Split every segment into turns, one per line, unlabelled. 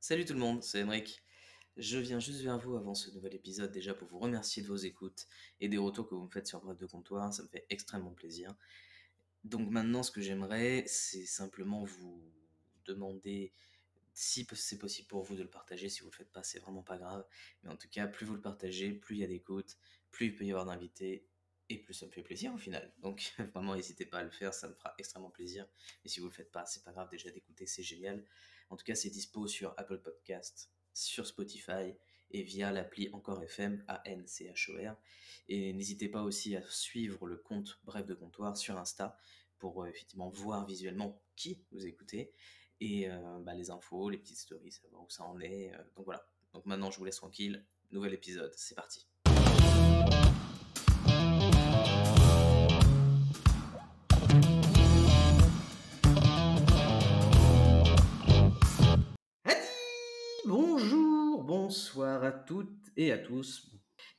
Salut tout le monde, c'est Emric. Je viens juste vers vous avant ce nouvel épisode déjà pour vous remercier de vos écoutes et des retours que vous me faites sur Bref de Comptoir, ça me fait extrêmement plaisir. Donc maintenant ce que j'aimerais c'est simplement vous demander si po- c'est possible pour vous de le partager, si vous le faites pas c'est vraiment pas grave, mais en tout cas plus vous le partagez, plus il y a d'écoutes, plus il peut y avoir d'invités et plus ça me fait plaisir au final. Donc vraiment n'hésitez pas à le faire, ça me fera extrêmement plaisir. Et si vous le faites pas c'est pas grave déjà d'écouter, c'est génial. En tout cas, c'est dispo sur Apple Podcast, sur Spotify et via l'appli Encore FM, A-N-C-H-O-R. Et n'hésitez pas aussi à suivre le compte Bref de Comptoir sur Insta pour euh, effectivement voir visuellement qui vous écoutez et euh, bah, les infos, les petites stories, savoir où ça en est. euh, donc voilà. Donc maintenant, je vous laisse tranquille. Nouvel épisode, c'est parti. Hadi Bonjour, bonsoir à toutes et à tous.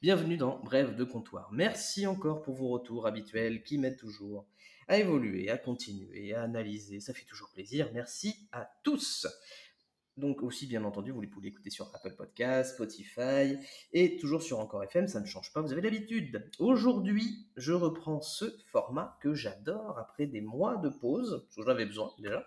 Bienvenue dans Brève de comptoir. Merci encore pour vos retours habituels qui m'aident toujours à évoluer, à continuer, à analyser. Ça fait toujours plaisir. Merci à tous. Donc aussi, bien entendu, vous les pouvez écouter sur Apple Podcast, Spotify et toujours sur Encore FM. Ça ne change pas, vous avez l'habitude. Aujourd'hui, je reprends ce format que j'adore après des mois de pause, parce que j'en avais besoin déjà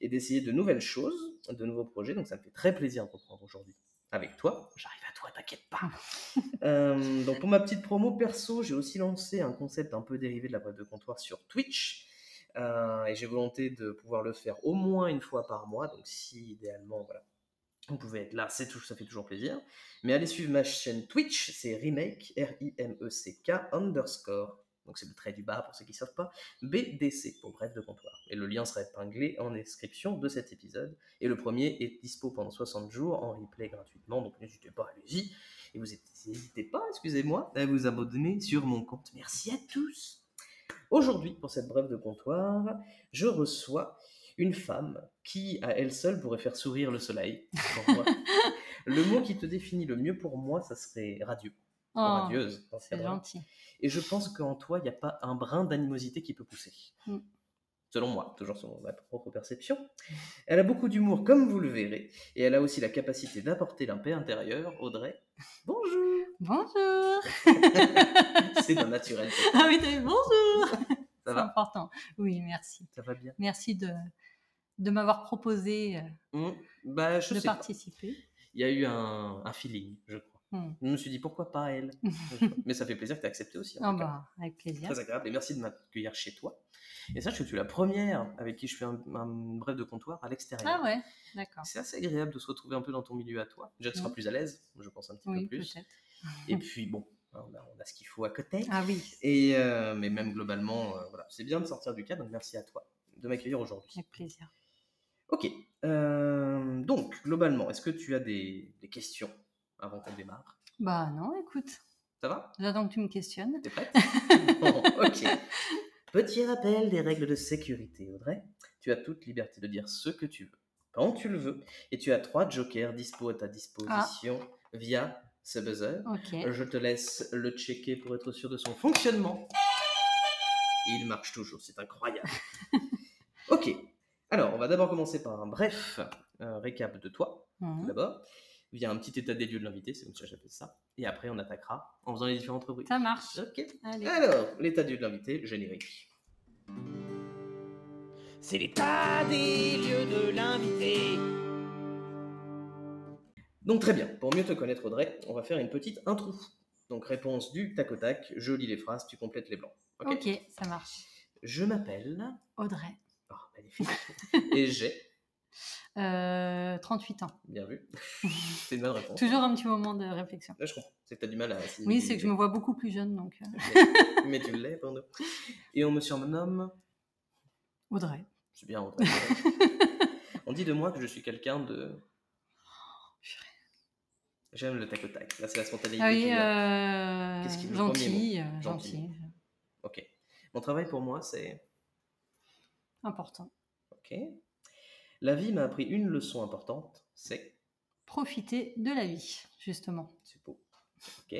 et d'essayer de nouvelles choses, de nouveaux projets. Donc ça me fait très plaisir de reprendre aujourd'hui avec toi. J'arrive à toi, t'inquiète pas. Euh, donc pour ma petite promo perso, j'ai aussi lancé un concept un peu dérivé de la boîte de comptoir sur Twitch. Euh, et j'ai volonté de pouvoir le faire au moins une fois par mois. Donc si idéalement, voilà. Vous pouvez être là, c'est tout, ça fait toujours plaisir. Mais allez suivre ma chaîne Twitch, c'est Remake, R-I-M-E-C-K E underscore. Donc c'est le trait du bas pour ceux qui ne savent pas. BDC pour bref de comptoir. Et le lien sera épinglé en description de cet épisode. Et le premier est dispo pendant 60 jours en replay gratuitement, donc n'hésitez pas, allez-y. Et vous êtes- n'hésitez pas, excusez-moi, à vous abonner sur mon compte. Merci à tous. Aujourd'hui, pour cette brève de comptoir, je reçois une femme qui, à elle seule, pourrait faire sourire le soleil. Pour moi. le mot qui te définit le mieux pour moi, ça serait radieux.
Oh,
radieuse. dans ce
c'est
cadre-là.
gentil.
Et je pense qu'en toi, il n'y a pas un brin d'animosité qui peut pousser.
Mm.
Selon moi, toujours selon ma propre perception. Elle a beaucoup d'humour, comme vous le verrez, et elle a aussi la capacité d'apporter la paix intérieure. Audrey, bonjour
Bonjour.
C'est d'un naturel.
Ah oui, t'as vu, bonjour.
Ça
C'est
va
important. Oui, merci.
Ça va bien
Merci de, de m'avoir proposé euh,
Mm. Bah, je
de
sais pas.
participer.
Il y a eu un, un feeling, je crois.
Mm.
Je me suis dit, pourquoi pas elle Je- Mais ça fait plaisir que tu accepté aussi. en
Ah
tout cas.
bah, avec plaisir.
Très agréable, et merci de m'accueillir chez toi. Et sache que tu es la première avec qui je fais un, un bref de comptoir à l'extérieur.
Ah ouais, d'accord.
C'est assez agréable de se retrouver un peu dans ton milieu à toi. Déjà, tu seras
Mm.
plus à l'aise, je pense un petit
Oui,
peu plus.
peut-être.
Et puis, bon, hein, on a, on a ce qu'il faut à côté.
Ah oui,
Et, euh, mais même globalement, euh, voilà, c'est bien de sortir du cadre, donc merci à toi de m'accueillir aujourd'hui.
avec plaisir.
Ok, euh, donc, globalement, est-ce que tu as des, des questions avant qu'on démarre
Bah non, écoute,
Ça va
j'attends que tu me questionnes.
T'es prête Bon, ok. Petit rappel des règles de sécurité, Audrey. Tu as toute liberté de dire ce que tu veux, quand tu le veux, et tu as trois jokers dispo à ta disposition via ce buzzer.
Ah. Ok.
Je te laisse le checker pour être sûr de son fonctionnement. Il marche toujours, c'est incroyable. ok, alors on va d'abord commencer par un bref euh, récap de toi, tout
Mhm.
d'abord, via un petit état des lieux de l'invité, c'est comme ça que j'appelle ça. Et après on attaquera en faisant les différentes rubriques.
Ça marche.
Ok,
Allez.
alors l'état des lieux de l'invité, générique.
C'est l'état des lieux de l'invité.
Donc très bien, pour mieux te connaître Audrey, on va faire une petite intro. Donc réponse du tac au tac, je lis les phrases, tu complètes les blancs. Ok.
Ok, ça marche.
Je m'appelle...
Audrey,
Oh, magnifique. Et j'ai,
euh, 38 ans.
bien vu. c'est une bonne réponse.
Toujours un petit moment de réflexion.
Là, je comprends. C'est que t'as du mal à.
Oui, c'est que je me vois beaucoup plus jeune, donc euh,
Mais, mais tu l'es, pardon. Et on me surnomme.
Audrey.
C'est bien, Audrey. On dit de moi que je suis quelqu'un de.
Oh, purée.
J'aime le tac au tac. Là, c'est la spontanéité.
Ah
qui
oui,
vient.
euh,
Qu'est-ce qu'il veut, le
gentil, euh,
Gentil.
gentil,
Ok. Mon travail pour moi, c'est.
important.
Ok. La vie m'a appris une leçon importante. C'est.
Profiter de la vie, justement.
C'est beau. Ok.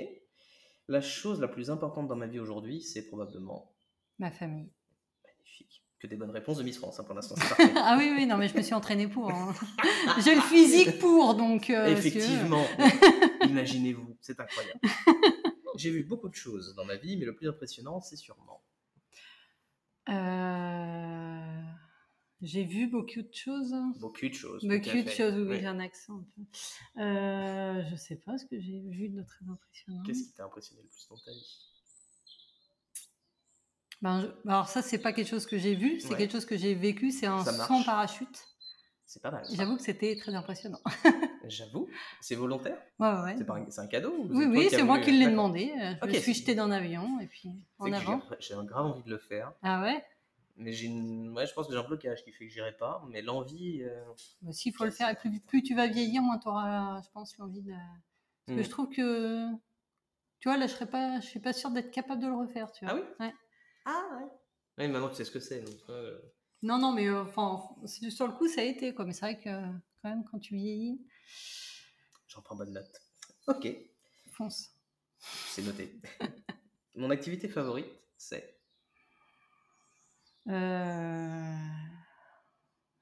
La chose la plus importante dans ma vie aujourd'hui, c'est probablement.
Ma famille.
Magnifique. que des bonnes réponses de Miss France hein, pour l'instant. c'est parfait.
Ah oui, oui, non, mais je me suis entraînée pour. hein. J'ai le physique pour, donc. euh, si tu veux.
Effectivement. Imaginez-vous, c'est incroyable. J'ai vu beaucoup de choses dans ma vie, mais le plus impressionnant, c'est sûrement.
Euh, J'ai vu beaucoup de choses.
Beaucoup de choses. tout à
Beaucoup de
fait.
choses, oui,
Ouais.
j'ai un accent. un peu. Euh, je sais pas ce que j'ai vu de très impressionnant.
Qu'est-ce qui t'a impressionné le plus dans ta vie
Ben, je- Alors, ça, c'est pas quelque chose que j'ai vu, c'est
Ouais.
quelque chose que j'ai vécu, c'est un
Ça marche.
sans parachute.
C'est pas mal. ça.
J'avoue que c'était très impressionnant.
J'avoue. C'est volontaire
Ouais, ouais, ouais.
C'est pas un, c'est un cadeau ou
Oui,
c'est toi
oui,
as
c'est moi
voulu
qui l'ai
D'accord.
demandé. euh, Je
Ok.
me suis jetée d'un avion et puis en
C'est que
avant.
j'ai- J'ai un grave envie de le faire,
Ah ouais
mais j'ai une... ouais, je pense que j'ai un blocage qui fait que j'irai pas, mais l'envie. euh,
Mais Bah, s'il faut le faire, et plus, plus tu vas vieillir, moins tu auras, je pense, l'envie de. la- Parce que
hmm.
je trouve que. Tu vois, là, je serais pas, je suis pas sûre d'être capable de le refaire, tu vois.
Ah oui
Ouais.
Ah ouais. Oui, maintenant tu sais ce que c'est. donc, euh,
Non, non, mais euh, enfin, c'est- sur le coup, ça a été, quoi. Mais c'est vrai que, euh, quand même, quand tu vieillis,
J'en prends bonne note. Ok,
fonce.
c'est noté. Mon activité favorite, c'est.
Euh...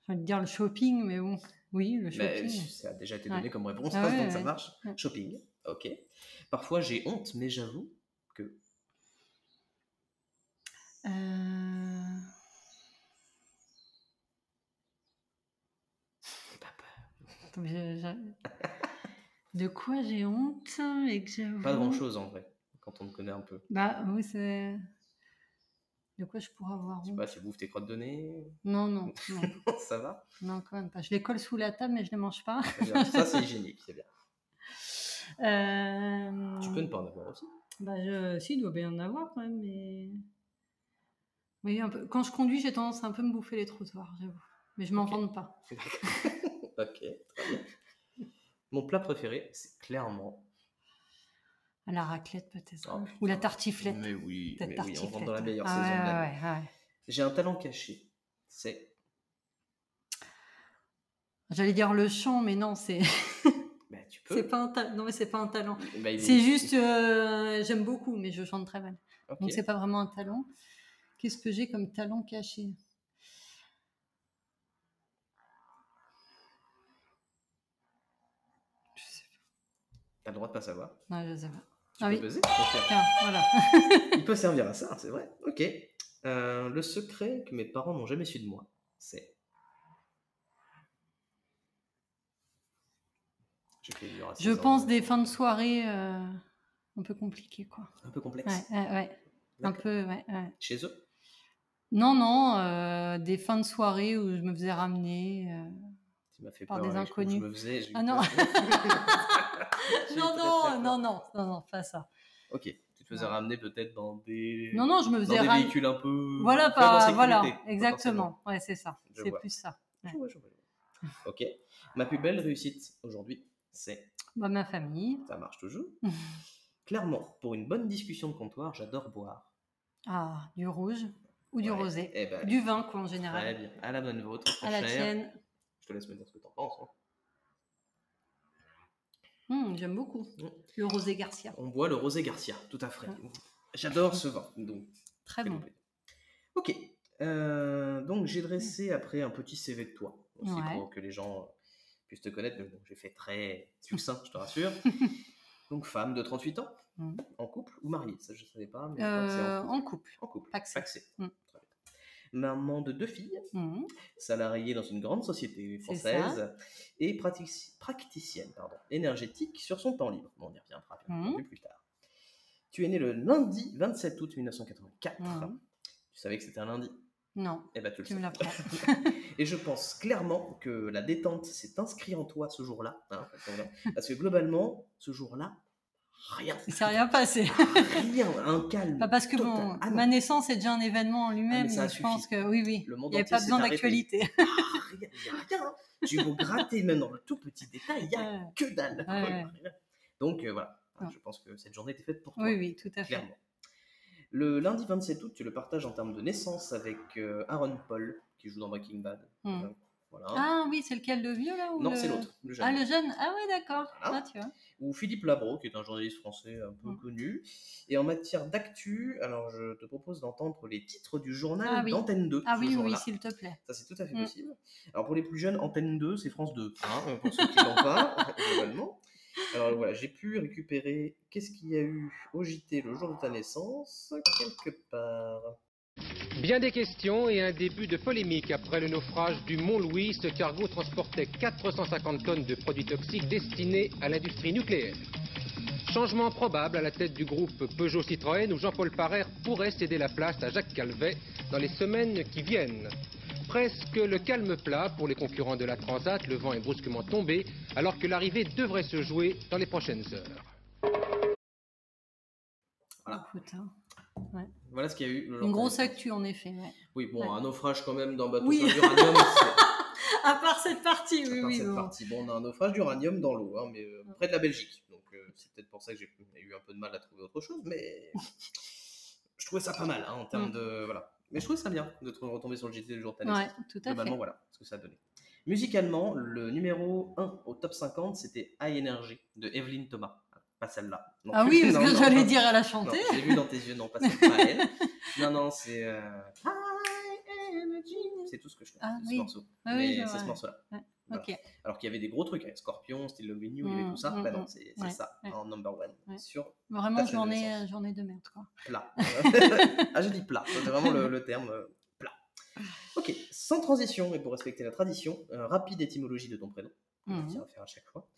Je vais te dire le shopping, mais bon. Oui,
Bah,
le shopping.
ça a déjà été donné
Ouais.
comme réponse,
Ah
passe,
ouais,
donc ça
ouais.
marche.
Ouais.
Shopping, ok. Parfois j'ai honte, mais j'avoue que.
Euh,
Pas peur.
Attends, mais je- je- De quoi j'ai honte et que j'avoue.
Pas grand chose en vrai, quand on me connaît un peu.
Bah oui, c'est. De quoi je pourrais avoir
Je sais
honte
pas, tu bouffes tes crottes de nez,
Non, non, non,
ça va
non, quand même pas. Je les colle sous la table, mais je les mange pas.
Très bien. Ça, c'est hygiénique, c'est bien.
Euh,
Tu peux ne pas en avoir aussi.
Bah, je... Si, il doit bien en avoir quand même, mais. Oui, un peu. Quand je conduis, j'ai tendance à un peu me bouffer les trottoirs, j'avoue. Mais je m'en rende pas.
Ok, très bien. Mon plat préféré, c'est clairement.
À la raclette, peut-être.
Oh,
Ou la
putain.
tartiflette.
Mais oui,
Peut-être
mais oui, on rentre dans la
tartiflette.
meilleure
Ah
saison de
ouais,
l'année.
ouais, ouais, ouais.
J'ai un talent caché. C'est.
J'allais dire le chant, mais non, c'est
Bah, tu peux.
c'est pas un talent. Non, mais c'est pas un talent.
Bah, il est-
C'est juste, euh, j'aime beaucoup, mais je chante très mal.
Ok.
Donc c'est pas vraiment un talent. Qu'est-ce que j'ai comme talent caché Je sais
T'as le droit de pas savoir. Tu
pas. Non, je sais pas. Ah
peux
oui.
buzzer, pour faire.
Tiens, voilà.
Il peut servir à ça, c'est vrai. Ok. Euh, le secret que mes parents n'ont jamais su de moi, c'est. Je, fais dur à
Je
ces
pense
ordres.
des fins de soirée euh, un peu compliquées, quoi.
Un peu complexe.
Ouais, ouais, ouais. Un
D'accord.
peu, ouais, ouais.
Chez eux.
Non, non, euh, des fins de soirée où je me faisais ramener. euh,
Tu m'as fait
Par
peur.
des
avec- où
inconnus.
Je me faisais. j'ai eu
Ah non.
peur. J'ai eu
Non,
très, très
non,
peur.
non, non, non, non, pas ça.
Ok. Tu te faisais
Non.
ramener peut-être dans des.
Non, non, je me
Dans
faisais
des
ramener.
véhicules un peu.
Voilà,
pas en
pas,
sécurité,
voilà,
pas
exactement. Ouais, c'est ça.
Je
C'est
vois.
plus ça.
forcément. Je vois, je vois, je vois. Ok. Ma plus belle réussite aujourd'hui, c'est.
Bah, ma famille.
Ça marche toujours. Clairement, pour une bonne discussion de comptoir, j'adore boire.
Ah, du rouge ou du
Ouais,
rosé.
eh ben,
Du vin, quoi, en
Très
général.
bien. À la bonne vôtre.
À la
chère.
tienne.
Je te laisse me dire ce que t'en penses. hein.
Hum, J'aime beaucoup.
Mm.
Le rosé Garcia.
On boit le rosé Garcia, tout à fait.
Ouais.
J'adore ce vin. Donc,
Très
Fais-nous
Ah bon.
plaisir. Ok. Euh, donc j'ai dressé après un petit CV de toi, aussi
Ouais.
pour que les gens euh, puissent te connaître, mais bon, j'ai fait très succinct, je te rassure. donc femme de 38 ans,
Mhm.
en couple ou mariée, ça je ne savais pas, mais je crois que c'est
Euh,
en couple.
en couple.
En couple,
paxé.
paxé.
Mhm.
Très bien. Maman de deux filles,
Hum,
salariée dans une grande société
C'est ça.
française et pratici- praticienne pardon, énergétique sur son temps libre. Bon, on y reviendra bien
Mmh.
entendu plus tard. Tu es né le lundi 27 août 1984.
Mhm.
Tu savais que c'était un lundi
Non,
Eh ben, tu le
tu me
sais.
l'apprends.
Et je pense clairement que la détente s'est inscrite en toi ce jour-là. hein, parce que globalement, ce jour-là, rien.
Il s'est rien passé.
Rien, un calme.
Pas Bah, parce que
total.
bon,
Ah non,
ma naissance est déjà un événement en
Ah,
lui-même.
mais ça a
mais je pense
suffi.
que oui, oui.
Le monde
Il n'y a
entier
pas
s'est
besoin
arrêté.
d'actualité.
rien, il y a rien. Tu veux gratter même dans le tout petit détail, il n'y a
Ouais.
que dalle.
Ouais.
Donc euh, voilà,
Ouais.
je pense que cette journée était faite pour toi,
Oui, oui, tout à fait.
clairement. Le lundi 27 août, tu le partages en termes de naissance avec euh, Aaron Paul, qui joue dans Breaking Bad.
Mm.
Euh, Voilà.
Ah oui, c'est lequel le vieux là ou
non,
le-
c'est l'autre, le jeune.
Ah, le jeune. Ah ouais, d'accord.
Voilà.
Ah, tu vois.
Ou Philippe Labro, qui est un journaliste français un peu
Mm.
connu. Et en matière d'actu, alors je te propose d'entendre les titres du journal
Ah oui.
d'Antenne 2.
Ah
ce
oui, oui,
jour-là.
s'il te plaît.
Ça, c'est tout à fait
Mm.
possible. Alors, pour les plus jeunes, Antenne 2, c'est France 2, hein, pour ceux qui l'ont pas, globalement. Alors, voilà, j'ai pu récupérer qu'est-ce qu'il y a eu au JT le jour de ta naissance, quelque part.
Bien des questions et un début de polémique après le naufrage du Mont-Louis. Ce cargo transportait 450 tonnes de produits toxiques destinés à l'industrie nucléaire. Changement probable à la tête du groupe Peugeot-Citroën où Jean-Paul Parère pourrait céder la place à Jacques Calvet dans les semaines qui viennent. Presque le calme plat pour les concurrents de la Transat, le vent est brusquement tombé alors que l'arrivée devrait se jouer dans les prochaines heures.
Voilà.
Oh, putain.
Voilà ce qu'il y a eu. le jour de
Une
ta
grosse
naissance.
actu en effet. ouais.
Oui, bon,
Ouais.
un naufrage quand même dans bateau
Oui.
sur l'uranium. c'est-
À part cette partie, oui,
à part
oui.
cette
bon.
partie. Bon, on a un naufrage d'uranium dans l'eau, hein, mais euh, près de la Belgique. Donc, euh, c'est peut-être pour ça que j'ai eu un peu de mal à trouver autre chose, mais je trouvais ça pas mal hein, en termes
Mm.
de. Voilà. Mais je trouvais ça bien de te- retomber sur le JT le jour de ta naissance.
Ouais, tout à
Globalement,
fait.
voilà ce que ça a donné. Musicalement, le numéro 1 au top 50, c'était High Energy de Evelyn Thomas. Pas celle-là. Non.
Ah oui, parce
Non,
que
non,
j'allais
non.
dire, elle a
Non,
chanté.
j'ai vu dans tes yeux, non, pas celle-là. pas elle. Non, non, c'est. euh, High Energy. C'est tout ce que je fais.
Ah
ce
oui.
morceau.
Ah
Mais
oui, je
c'est ce
vois.
morceau-là. voilà.
Ok.
Alors qu'il y avait des gros trucs, hein, Scorpion, Still Loving You, il y avait
Mm,
tout ça.
mm,
Bah non,
mm.
c'est c'est
Ouais,
ça,
ouais.
en number one,
Ouais.
sur
Vraiment
T'as fait
journée,
naissance.
euh, journée de merde quoi.
plat. Euh, ah, j'ai dit plat, c'est vraiment le, le terme euh, plat. Ok, sans transition, et pour respecter la tradition, euh, rapide étymologie de ton prénom. On
Mhm.
va faire à chaque fois.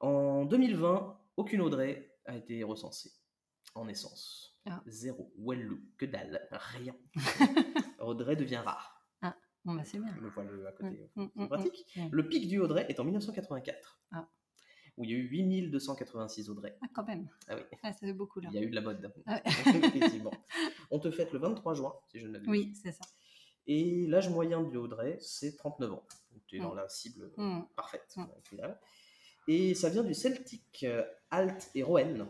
En 2020, aucune Audrey a été recensée en naissance.
Ah.
Zéro. Wellou. Que dalle. Rien. Audrey devient rare.
Bon bah c'est bien.
Le voilà à
Mm,
côté.
mm,
C'est
mm,
pratique.
mm, mm.
Le pic du Audrey est en 1984.
Ah.
Où il y a eu 8286 Audrey.
Ah quand même.
Ah oui,
Ah, ça fait beaucoup là.
il y a eu de la mode.
Ah
Effectivement. On te fête le 23 juin, si je ne m'abuse.
Oui, c'est ça.
Et l'âge moyen du Audrey, c'est 39 ans. Donc tu es dans
Mm.
la cible
Mm.
parfaite.
Mm.
au final. Et ça vient du celtique euh, Alt et Roen,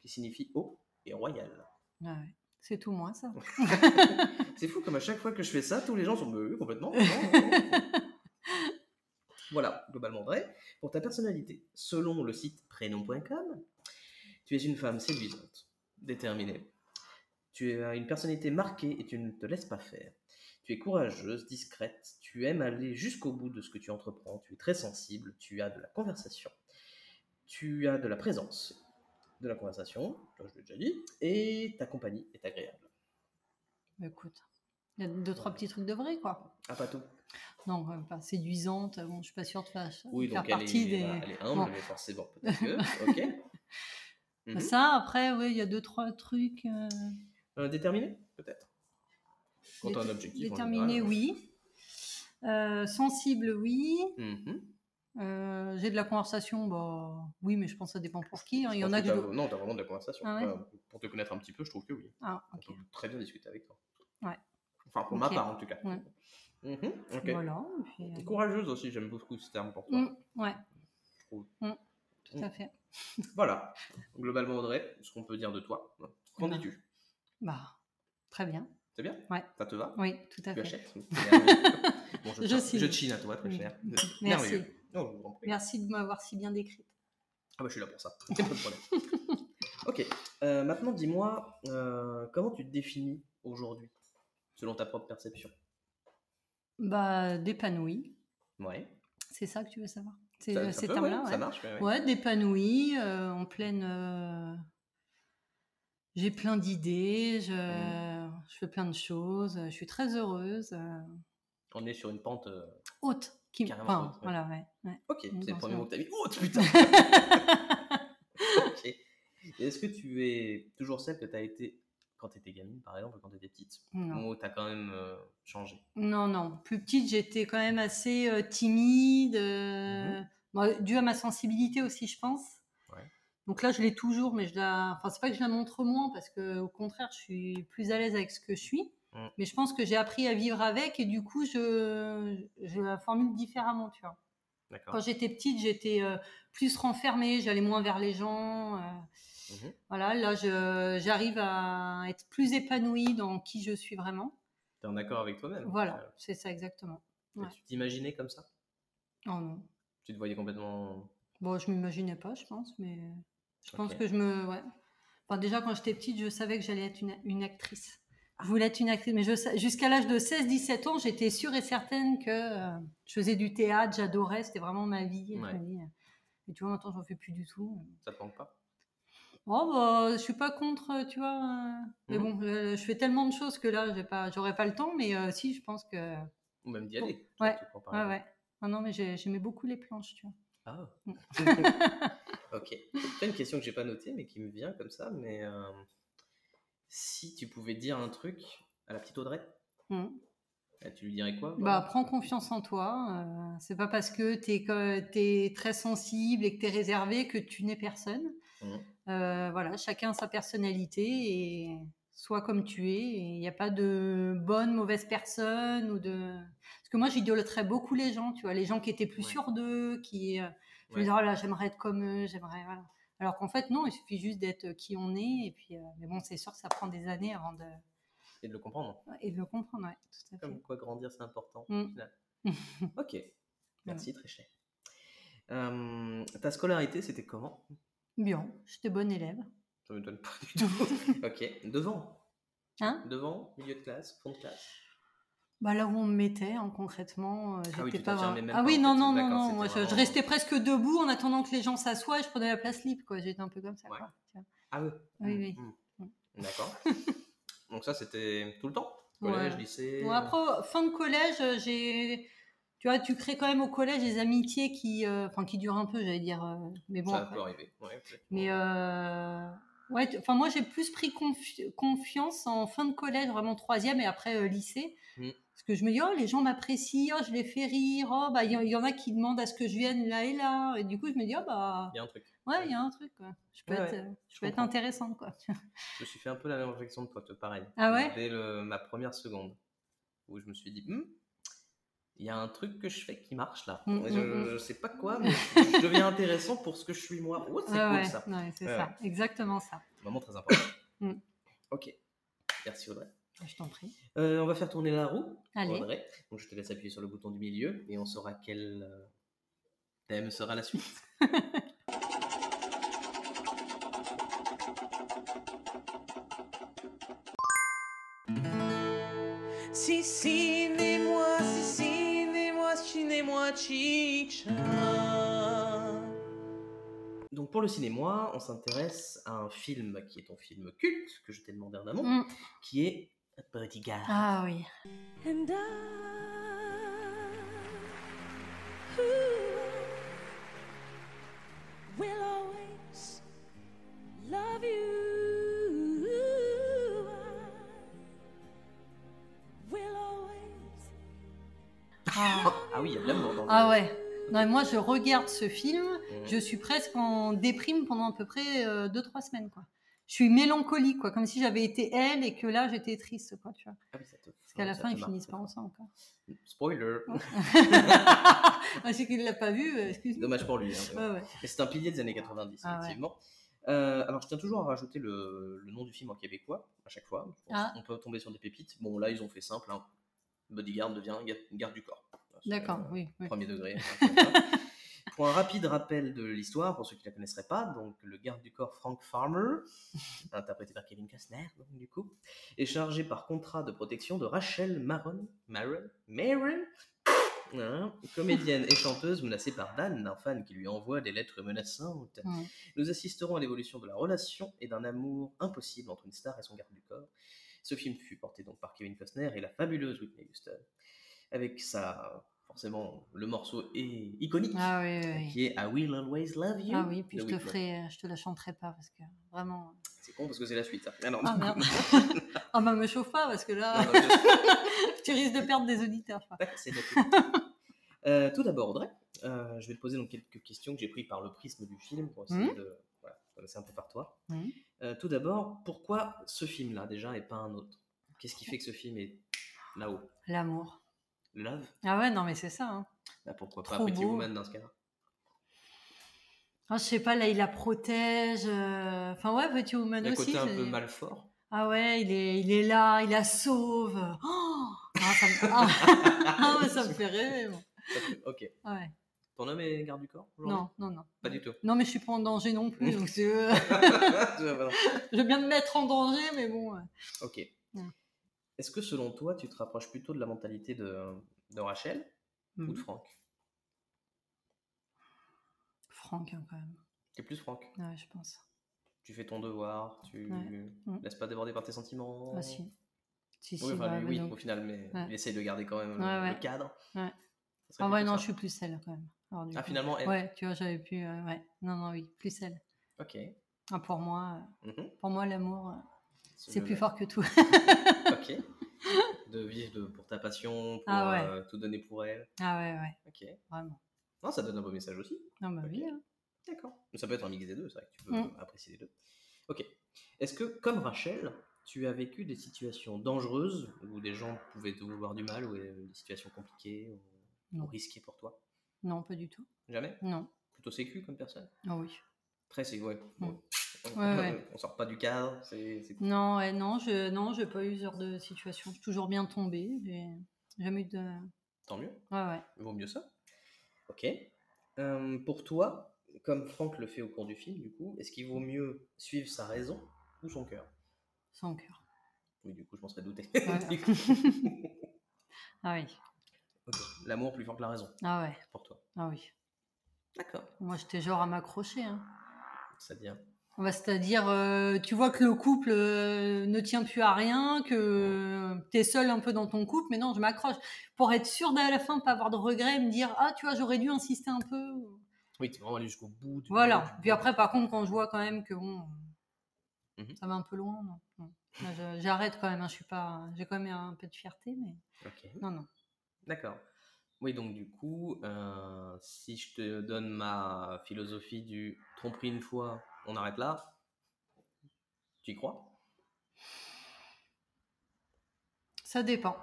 qui signifie haut et royal.
Ah ouais. C'est tout moi ça.
C'est fou, comme à chaque fois que je fais ça, tous les gens sont me oui, complètement. non, non, non. voilà, globalement vrai. Pour ta personnalité, selon le site prénom.com, tu es une femme séduisante, déterminée. Tu as une personnalité marquée et tu ne te laisses pas faire. Tu es courageuse, discrète, tu aimes aller jusqu'au bout de ce que tu entreprends, tu es très sensible, tu as de la conversation, tu as de la présence, de la conversation, ça, je l'ai déjà dit, et ta compagnie est agréable.
Bah, écoute. Il y a deux, trois petits trucs de vrai quoi.
Ah, pas tout.
Non, quand même pas séduisante. Bon, je suis pas sûre de faire,
Oui,
faire
donc elle
partie
est,
des.
voilà, elle est humble,
Bon. bah,
mais forcément, peut-être que. Ok. Mhm.
Ça, après, oui, il y a deux, trois trucs. euh,
Euh, déterminé, peut-être. Quand t'as un
déter-
objectif. en
Déterminé,
général.
oui. Euh, sensible, oui.
Mhm.
Euh, J'ai de la conversation, bah oui, mais je pense que ça dépend pour qui. hein. Il y
Je
en
pense
a
que
que.
t'as-
je-
Non, t'as vraiment de la conversation.
Ah ouais
Enfin, pour te connaître un petit peu, je trouve que oui.
Ah,
On
ok.
peut très bien discuter avec toi.
Ouais.
Enfin, pour
Ok.
ma part, en tout cas.
Ouais.
Mhm, Ok.
Voilà. et puis, euh,
Courageuse aussi, j'aime beaucoup ce terme pour toi.
mm, ouais.
trouve.
Mm, tout
Mm.
à fait.
Voilà. Globalement, Audrey, ce qu'on peut dire de toi. Qu'en
Ouais.
dis-tu
Bah, très bien.
C'est bien
Ouais.
Ça te va
Oui, tout
Tu
à fait.
achètes Merveilleux. Bon,
Je
te-
signe.
je chine à toi, très
Mm.
cher.
Merci.
Merveilleux. Non, je vous en prie.
Merci de m'avoir si bien décrite.
Ah bah je suis là pour ça, Y a pas de problème. ok, euh, maintenant dis-moi, euh, comment tu te définis aujourd'hui, selon ta propre perception
Bah, d'épanouie.
Ouais,
C'est ça que tu veux savoir. C'est
ça,
euh,
ça
ces
peut,
termes-là.
ouais,
ouais.
ça marche. ouais, ouais.
Ouais, d'épanouie, euh, en pleine. euh, J'ai plein d'idées, je...
Mmh.
je fais plein de choses, je suis très heureuse. euh,
On est sur une pente... euh,
Haute, qui me
Carrément haute, ouais.
Voilà, ouais. ouais.
Ok,
Mm,
c'est le
bon,
premier
ça
mot que t'as mis. Oh putain Ok. Et Est-ce que tu es toujours celle que t'as été quand t'étais gamine, par exemple, ou quand t'étais petite
non.
Ou t'as quand même euh, changé
non, non. Plus petite, j'étais quand même assez euh, timide, euh, bon, dû à ma sensibilité aussi, je pense.
Mhm. Ouais.
Donc là, je l'ai toujours, mais je la. Enfin, c'est pas que je la montre moins, parce que au contraire, je suis plus à l'aise avec ce que je suis.
Mm.
Mais je pense que j'ai appris à vivre avec, et du coup, je, je la formule différemment, tu vois.
D'accord.
Quand j'étais petite, j'étais euh, plus renfermée, j'allais moins vers les gens. euh,
Mhm.
Voilà, là, je- j'arrive à être plus épanouie dans qui je suis vraiment.
T'es en accord avec toi-même
Voilà, c'est ça exactement.
Mais
Ouais.
Tu t'imaginais comme ça
Oh non.
Tu te voyais complètement.
Bon, je m'imaginais pas, je pense, mais je pense
Ok.
que je me. Ouais. Enfin, déjà, quand j'étais petite, je savais que j'allais être une, une actrice.
Ah.
Je voulais être une actrice, mais je sa- jusqu'à l'âge de 16-17 ans, j'étais sûre et certaine que euh, je faisais du théâtre, j'adorais, c'était vraiment ma vie. et
Ouais.
ma vie. Et tu vois, maintenant, j'en fais plus du tout.
Ça te manque pas
Oh, bah, je suis pas contre, euh, tu vois. euh, Mais
Mhm.
bon, euh, je fais tellement de choses que là, j'ai pas, j'aurais pas le temps, mais euh, si, je pense que.
Ou même d'y aller surtout pour parler.
Ouais, ouais. Non, non, mais j'ai- j'aimais beaucoup les planches, tu vois.
Ah.
Mm.
ok. J'ai une question que j'ai pas notée, mais qui me vient comme ça. Mais euh, si tu pouvais dire un truc à la petite Audrey,
Mhm.
euh, tu lui dirais quoi
Bah, prends confiance en toi. euh, c'est pas parce que tu es, très sensible et que tu es réservé que tu n'es personne.
Mhm.
Euh, voilà, chacun sa personnalité et sois comme tu es. et Il n'y a pas de bonne, mauvaise personne ou de. Parce que moi, j'idolâtrais beaucoup les gens, tu vois, les gens qui étaient plus
Ouais.
sûrs d'eux, qui. euh, je me
Ouais.
disais, oh là, j'aimerais être comme eux, j'aimerais. voilà. Alors qu'en fait, non, il suffit juste d'être qui on est. Et puis, euh, mais bon, c'est sûr que ça prend des années avant de.
Et de le comprendre.
et de le comprendre, ouais, tout à fait.
Comme quoi grandir, c'est important. au
Mm.
final. ok. Merci, très cher. Euh, ta scolarité, c'était comment
Bien, j'étais bonne élève.
Ça me donne pas du tout. ok. Devant
Hein
Devant, milieu de classe, fond de classe.
Bah là où on me mettait, hein, concrètement, euh,
Ah oui,
j'étais
tu
pas.
t'affirmais
vraiment-
même
Ah
pas,
oui,
en
non,
fait,
non, non,
d'accord,
non.
c'était
Moi, je, je
vraiment-
restais presque debout en attendant que les gens s'assoient. Je prenais la place libre, quoi. J'étais un peu comme ça.
Ouais.
quoi, tu vois.
Ah oui.
Oui,
Mm,
oui.
mm. D'accord. Donc ça, c'était tout le temps Collège,
Ouais.
lycée
Bon, après, fin de collège, euh, j'ai. Tu vois, tu crées quand même au collège des amitiés qui, euh, enfin, qui durent un peu, j'allais dire. euh, mais bon.
Ça
après.
peut arriver. Ouais, peut-être.
Mais euh, ouais, tu- enfin moi j'ai plus pris confi- confiance en fin de collège, vraiment troisième et après euh, lycée.
Mm.
Parce que je me dis, oh, les gens m'apprécient, oh, je les fais rire, oh, bah, il y, en- il y en a qui demandent à ce que je vienne là et là. Et du coup, je me dis, oh, bah,
Il y a un truc.
ouais, il y a un truc, quoi. Je peux
Ouais,
être,
ouais,
euh, je
je
peux être
comprends.
intéressante, quoi.
Je me suis fait un peu la même réflexion que toi, te- pareil.
Ah ouais
Dès le- ma première seconde, où je me suis dit, Hmm, il y a un truc que je fais qui marche là.
Mm,
Et je,
mm, mm.
je sais pas quoi, mais je deviens intéressant pour ce que je suis moi. Ouais, c'est
Ouais,
cool
ouais, Hum.
ça.
ouais, c'est
Ouais,
ça, exactement ça.
Vraiment très important.
Mm.
ok. Merci Audrey.
Je t'en prie.
Euh, on va faire tourner la roue.
Allez,
Audrey. Donc je te laisse appuyer sur le bouton du milieu et on saura quel euh, thème sera la suite.
Si, si, né moi, si, si, né moi, si, né moi, chicha.
Donc pour le cinéma, on s'intéresse à un film qui est ton film culte que je t'ai demandé en amont,
Mm.
qui est Bodyguard.
ah oui.
And I, ooh, will always love you. I will always
Ah,
Ah oui, il y a de l'amour dans
Ah
le-
ouais. Non, mais moi je regarde ce film.
Mm.
je suis presque en déprime pendant à peu près 2-3 semaines, quoi. Je suis mélancolique, quoi, comme si j'avais été elle et que là j'étais triste, quoi, tu vois.
Ah oui, ça te-
Parce qu'à la
ça
fin,
te
ils
marque,
finissent
ça.
pas ensemble, quoi.
Spoiler.
ah, c'est qu'il l'a pas vu, euh, excuse-moi.
Dommage pour lui. hein, mais bon.
Ouais, ouais.
Mais C'est un pilier des années 90,
Ah ouais.
effectivement. Euh, alors, je tiens toujours à rajouter le, le nom du film en québécois à chaque fois. Je pense
Ah.
On peut tomber sur des pépites. Bon, là, ils ont fait simple. hein. Bodyguard devient ga- garde du corps.
D'accord,
Euh,
oui. oui.
Premier degré. un truc comme ça. Pour un rapide rappel de l'histoire, pour ceux qui ne la connaisseraient pas, donc le garde du corps Frank Farmer, interprété par Kevin Costner, donc, du coup, est chargé par contrat de protection de Rachel Maron, Maron, Maron, hein, comédienne et chanteuse menacée par Dan, un fan qui lui envoie des lettres menaçantes.
Mm.
Nous assisterons à l'évolution de la relation et d'un amour impossible entre une star et son garde du corps. Ce film fut porté donc par Kevin Costner et la fabuleuse Whitney Houston, avec sa forcément le morceau est iconique
Ah oui, oui, oui.
qui est I Will Always Love You.
Ah oui, puis
de
je te
Whitney.
ferai, euh, je te la chanterai pas parce que vraiment.
C'est con parce que c'est la suite. hein. ça. Alors,
Ah
du coup-
merde. ah bah me chauffe pas parce que là,
Non, non, je-
tu risques de perdre des auditeurs. je crois.
Tac, c'est noté. Euh, tout d'abord, Audrey, euh, je vais te poser donc quelques questions que j'ai prises par le prisme du film pour
Mmh.
essayer de voilà, commencer un peu par toi.
Mhm.
Euh, tout d'abord, pourquoi ce film-là déjà et pas un autre Qu'est-ce qui fait que ce film est là-haut
L'amour.
Love
Ah ouais, non mais c'est ça. hein.
Bah, Pourquoi pas
Trop
Pretty
beau.
Woman dans ce cas-là
Ah, je sais pas, là il la protège. euh, Enfin ouais, Petit Woman
Il y a un
aussi.
côté un
c'est-
peu mal fort.
Ah ouais, il est, il est là, il la sauve. Oh, Ah, ça me, ah. Ah, ouais, ça me fait rêver. moi. Ah
Ok.
Ouais.
Ton homme est garde du corps aujourd'hui
Non, non, non.
Pas du tout.
Non, mais je suis pas en danger non plus. Donc si tu veux,
Ah, voilà.
je veux bien me mettre en danger, mais bon. ouais.
ok.
Ouais.
Est-ce que selon toi, tu te rapproches plutôt de la mentalité de, de Rachel ou
Mmh.
de Franck
Franck, hein, quand même.
T'es plus Franck.
Ouais, je pense.
Tu fais ton devoir, tu
Ouais. Mm.
laisses pas déborder par tes sentiments.
Ah, si. Si,
Oui,
si,
Oh. enfin,
bah,
lui,
ouais,
oui,
donc-
au final, mais
Ouais.
il essaye de garder quand même
Ouais,
le
ouais.
cadre. Ça
Ouais.
serait
Ah ouais,
plutôt
non,
ça.
je suis plus elle quand même. Alors, du
Ah,
coup,
finalement, elle.
Ouais, tu vois, j'avais pu. euh, ouais, non, non, oui, plus elle.
Ok.
Ah, pour moi, euh,
Mhm.
pour moi, l'amour, euh, c'est
le-
plus fort que tout.
Ok. De vivre de- pour ta passion, pour
Ah ouais.
euh, tout donner pour elle.
ah ouais, ouais,
Ok.
vraiment.
Non, ça donne un beau message aussi.
Non, bah
Ok.
oui. hein.
D'accord. Mais Ça peut être un mix des deux, c'est vrai que tu peux
Mm.
apprécier les deux. Ok. Est-ce que, comme Rachel, tu as vécu des situations dangereuses où des gens pouvaient te vouloir du mal ou euh, des situations compliquées ou, ou
Non.
risquées pour toi
Non, pas du tout.
Jamais
Non.
Plutôt sécu comme personne
Ah oui.
Très sécu, ouais.
Mm.
Bon. On,
Ouais, ouais.
on sort pas du cadre, c'est c'est cool.
Non, ouais, non, je, non, j'ai pas eu ce genre de situation. Je suis toujours bien tombée. J'ai jamais eu de.
Tant mieux.
Ouais, ouais.
Vaut mieux ça. Ok. Euh, pour toi, comme Franck le fait au cours du film, du coup, est-ce qu'il vaut mieux suivre sa raison ou son cœur
Sans cœur.
Oui, du coup, je m'en serais douté.
Ouais.
Du coup.
Ah oui.
Ok. L'amour plus fort que la raison,
Ah ouais.
pour toi.
Ah oui.
D'accord.
Moi, j'étais genre à m'accrocher. Hein.
C'est-à-dire
Bah, C'est-à-dire, euh, tu vois que le couple euh, ne tient plus à rien, que tu es seul un peu dans ton couple, mais non, je m'accroche. Pour être sûr d'à la fin, pas avoir de regrets, me dire, ah, tu vois, j'aurais dû insister un peu.
Oui, tu vas vraiment aller jusqu'au bout. du bout,
Voilà.
du
Puis
bout.
après, par contre, quand je vois quand même que bon, euh,
Mhm.
ça va un peu loin, non, non. Là, je- j'arrête quand même, hein, je suis pas, j'ai quand même un peu de fierté, mais
Ok,
non, non.
d'accord. Oui, donc du coup, euh, si je te donne ma philosophie du tromperie une fois, on arrête là, tu y crois
Ça dépend.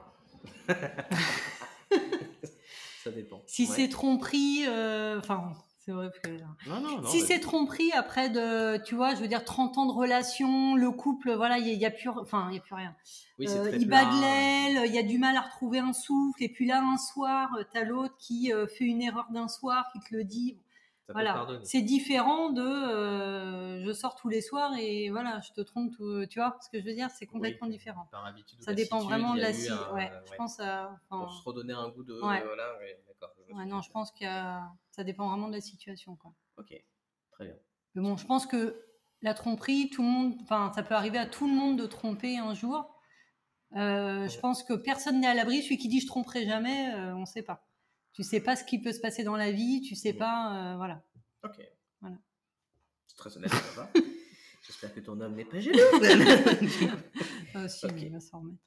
Ça dépend.
Si
Ouais.
c'est tromperie, euh, enfin, c'est vrai que.
Non, non, non.
si
bah,
c'est tromperie après de, tu vois, je veux dire 30 ans de relation, le couple, voilà, il n'y a, plus, enfin, il y a plus rien.
oui, c'est
Euh,
très
il bat
plat,
de l'aile, il y a du mal à retrouver un souffle, et puis là un soir, euh, t'as l'autre qui euh, fait une erreur d'un soir, qui te le dit.
ça peut se
Voilà,
pardonner.
c'est différent de, euh, je sors tous les soirs et voilà, je te trompe, tout, tu vois, ce que je veux dire, c'est complètement
Oui,
différent.
Par habitude, ou
Ça dépend
lassitude,
vraiment de
il y a
la
eu
si-
un-
ouais,
ouais,
je pense à. enfin,
Pour se redonner un goût de.
Ouais.
euh, voilà, ouais, d'accord. je vois
ouais,
ce que
non,
tu
je pense que euh, ça dépend vraiment de la situation, quoi.
veux dire. Ok, très bien.
Mais bon, je pense que la tromperie, tout le monde, enfin, ça peut arriver à tout le monde de tromper un jour. Euh, Je
Ouais.
pense que personne n'est à l'abri. Celui qui dit je tromperai jamais, euh, on ne sait pas. Tu sais pas ce qui peut se passer dans la vie, tu sais
Ouais.
pas, euh, voilà.
Ok.
Voilà.
C'est très honnête, ça va. J'espère que ton homme n'est pas jaloux.
Ah, si,
Ok.
mais il va s'en remettre.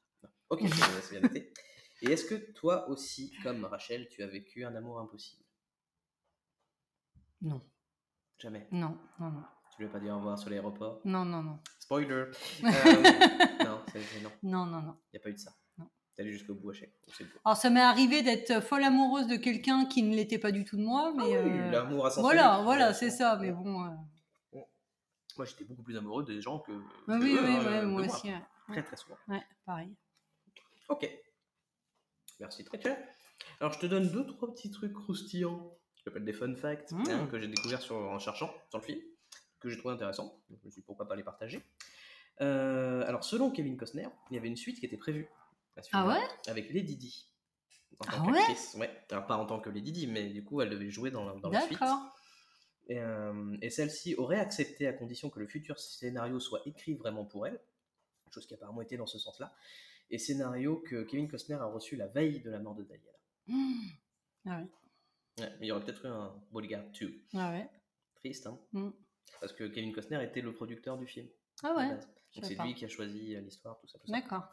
Ok, c'est bien, c'est bien noté. Et est-ce que toi aussi, comme Rachel, tu as vécu un amour impossible
Non,
Jamais.
non, non, non,
Tu lui as pas dit au revoir sur l'aéroport
non, non, non,
Spoiler Euh, Non, c'est- c'est- non,
non, non, non.
il n'y a pas eu de ça.
Non.
T'es allé jusqu'au bout à chaque fois. C'est beau.
Alors, ça m'est arrivé d'être folle amoureuse de quelqu'un qui ne l'était pas du tout de moi, mais
Ah oui,
euh,
L'amour à sens
voilà,
unique.
voilà,
Ouais,
c'est
bon.
ça. Mais bon, euh,
Moi, j'étais beaucoup plus amoureux des gens que.
bah
que
oui,
eux,
oui,
hein,
ouais,
de
moi aussi, ouais.
Très, très souvent.
ouais, pareil.
Ok. Merci, très clair. Alors, je te donne deux, trois petits trucs croustillants. Je l'appelle des fun facts
Mm.
hein, que j'ai découvert sur- en cherchant sur le film, que j'ai trouvé intéressant. Donc, je me suis dit pourquoi pas les partager. Euh, alors, selon Kevin Costner, il y avait une suite qui était prévue. à ce
Ah
film-là, Avec Lady Di. En tant
Ah ouais
qu'actrice, ouais. Alors, pas en tant que Lady Di, mais du coup, elle devait jouer dans, dans la suite.
D'accord.
Et, euh, et celle-ci aurait accepté à condition que le futur scénario soit écrit vraiment pour elle, chose qui apparemment était dans ce sens-là, et scénario que Kevin Costner a reçu la veille de la mort de Diana.
Mmh. Ah ouais.
Ouais, mais il y aurait peut-être eu un Bodyguard 2.
Ah ouais.
Triste, hein
Mm.
Parce que Kevin Costner était le producteur du film.
Ah
de
ouais.
base. Donc
savais
c'est
pas.
lui qui a choisi euh, l'histoire, tout ça, tout ça.
D'accord.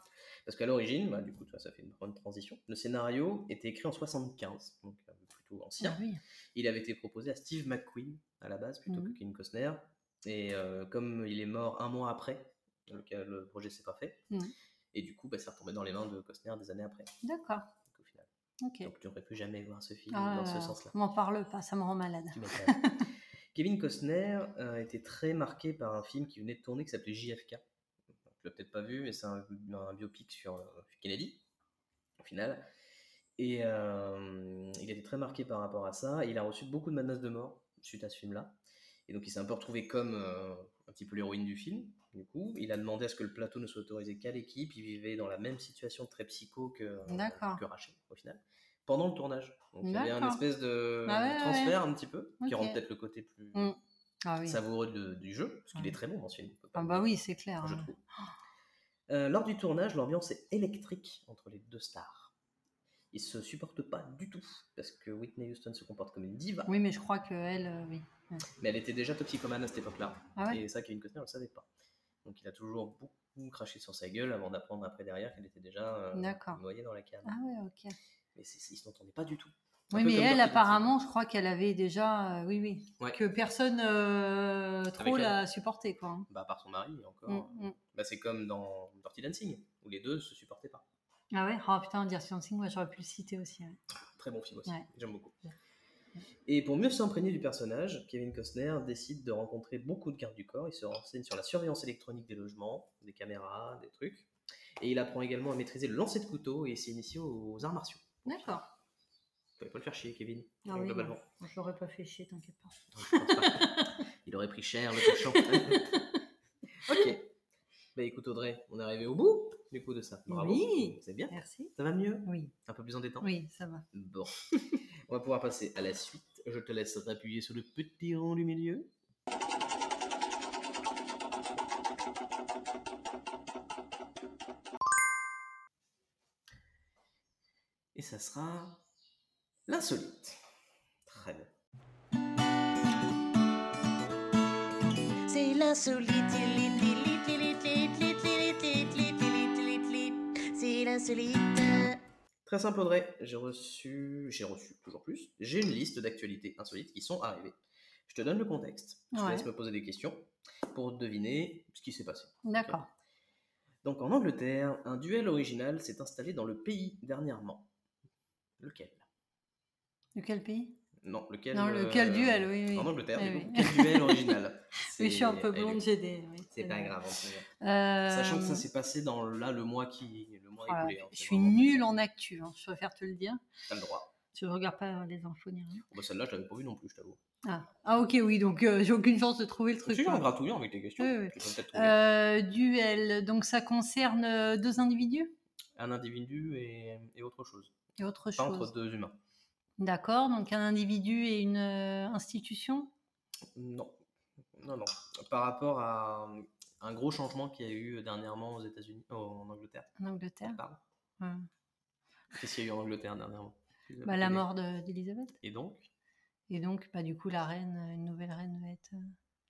Parce qu'à l'origine, bah, du coup, tu vois, ça fait une bonne transition. Le scénario était écrit en 75, donc euh, plutôt ancien.
Ah oui.
Il avait été proposé à Steve McQueen à la base plutôt
Mhm.
que Kevin Costner. Et euh, comme il est mort un mois après, le, le projet s'est pas fait.
Mhm.
Et du coup, bah, c'est retombé dans les mains de Costner des années après.
D'accord.
donc, au final.
Ok.
Donc tu n'aurais plus jamais voir ce film
Ah,
dans ce sens-là.
M'en parle pas, ça me rend malade.
Tu m'étonnes. Kevin Costner euh, était très marqué par un film qui venait de tourner qui s'appelait JFK. Tu l'as peut-être pas vu, mais c'est un, un biopic sur euh, Kennedy. au final. Et euh, il était très marqué par rapport à ça. Et il a reçu beaucoup de menaces de mort suite à ce film-là. Et donc il s'est un peu retrouvé comme euh, un petit peu l'héroïne du film. Du coup, il a demandé à ce que le plateau ne soit autorisé qu'à l'équipe. Il vivait dans la même situation très psycho que, euh,
D'accord.
que Rachel, au final, pendant le tournage. Donc il y avait un
D'accord.
espèce de
Bah ouais, ouais,
transfert un petit peu, qui
Ok.
rend peut-être le côté plus
Mm. Ah oui.
savoureux de- du jeu, parce qu'il
Ouais.
est très bon dans ce film. on peut pas
Ah
le
bah
dire.
oui, c'est clair.
je
hein.
trouve. Euh, lors du tournage, l'ambiance est électrique entre les deux stars. Ils se supportent pas du tout parce que Whitney Houston se comporte comme une diva,
Oui, mais je crois que elle, euh, oui.
mais elle était déjà toxicomane à cette époque-là.
Ah ouais
Et ça, Kevin Costner ne le savait pas. Donc il a toujours beaucoup craché sur sa gueule avant d'apprendre après derrière qu'elle était déjà euh,
D'accord.
noyée dans la cave.
Ah ouais, ok.
Mais c'est- ils s'entendaient pas du tout. Un
Oui,
peu
mais
comme
elle,
dans Kid
apparemment, je crois qu'elle avait déjà, euh, oui, oui,
Ouais.
que personne euh, trop
elle.
l'a supporté, quoi. hein.
Bah, par son mari encore.
Mm, mm.
Bah, c'est comme dans Dirty Dancing où les deux se supportaient pas.
Ah ouais, oh putain, Dirty Dancing, moi j'aurais pu le citer aussi. ouais.
Très bon film aussi,
Ouais.
j'aime beaucoup.
Ouais.
Et pour mieux s'imprégner du personnage, Kevin Costner décide de rencontrer beaucoup de gardes du corps. Il se renseigne sur la surveillance électronique des logements, des caméras, des trucs. Et il apprend également à maîtriser le lancer de couteau et s'est initié aux arts martiaux.
D'accord.
Vous pouvez pas le faire chier, Kevin,
Ah
euh,
oui,
globalement.
bon, je l'aurais pas fait chier, t'inquiète pas.
Non, je pense pas. il aurait pris cher, le cochon. ok. Bah écoute, Audrey, on est arrivé au bout du coup de ça. Bravo.
Oui.
C'est bien.
Merci.
Ça va mieux
Oui,
Un peu plus en détente
oui, ça va.
Bon, on va pouvoir passer à la suite. Je te laisse appuyer sur le petit rond du milieu. Et ça sera l'insolite. Très bien.
C'est l'insolite, lit, lit, lit, lit, lit, lit, lit, lit, lit, lit, lit, lit. c'est l'insolite.
Très simple Audrey, j'ai reçu, j'ai reçu toujours plus, j'ai une liste d'actualités insolites qui sont arrivées. Je te donne le contexte, je te
Ouais.
laisse me poser des questions pour deviner ce qui s'est passé.
D'accord.
Donc en Angleterre, un duel original s'est installé dans le pays dernièrement. Lequel
De quel pays
Non, lequel euh,
Non, lequel duel, oui, oui.
En Angleterre,
Oui,
du
oui.
coup, quel duel original
Oui, je suis un
C'est-
peu
eh,
blonde,
le-
j'ai des. oui,
C'est pas
vrai.
grave. en fait.
Euh,
Sachant que ça s'est passé dans là le mois qui le mois
voilà,
écoulé. hein,
je
c'est
suis
vraiment-
nulle en actu, hein, je préfère te le dire.
T'as le droit.
Je regarde pas euh, les infos ni rien.
Bon, bah, Celle-là, je l'avais pas vue non plus, je t'avoue.
Ah. Ah, ok, oui, donc euh, j'ai aucune chance de trouver le truc.
Tu en
hein.
gratouillant avec tes questions.
Oui, oui.
tu peux peut-être trouver.
Euh, duel, donc ça concerne euh, deux individus
Un individu et, et autre chose.
et autre
Pas entre
chose.
deux humains.
D'accord, donc un individu et une euh, institution
Non. Non, non. Par rapport à euh, un gros changement qu'il y a eu euh, dernièrement aux États-Unis, en Angleterre.
en Angleterre.
Pardon.
Ouais.
Qu'est-ce qu'il y a eu en Angleterre dernièrement Excusez-moi.
Bah, la
Et-
mort de- d'Elisabeth.
Et donc
Et donc, bah, du coup, la reine, euh, une nouvelle reine va être. euh,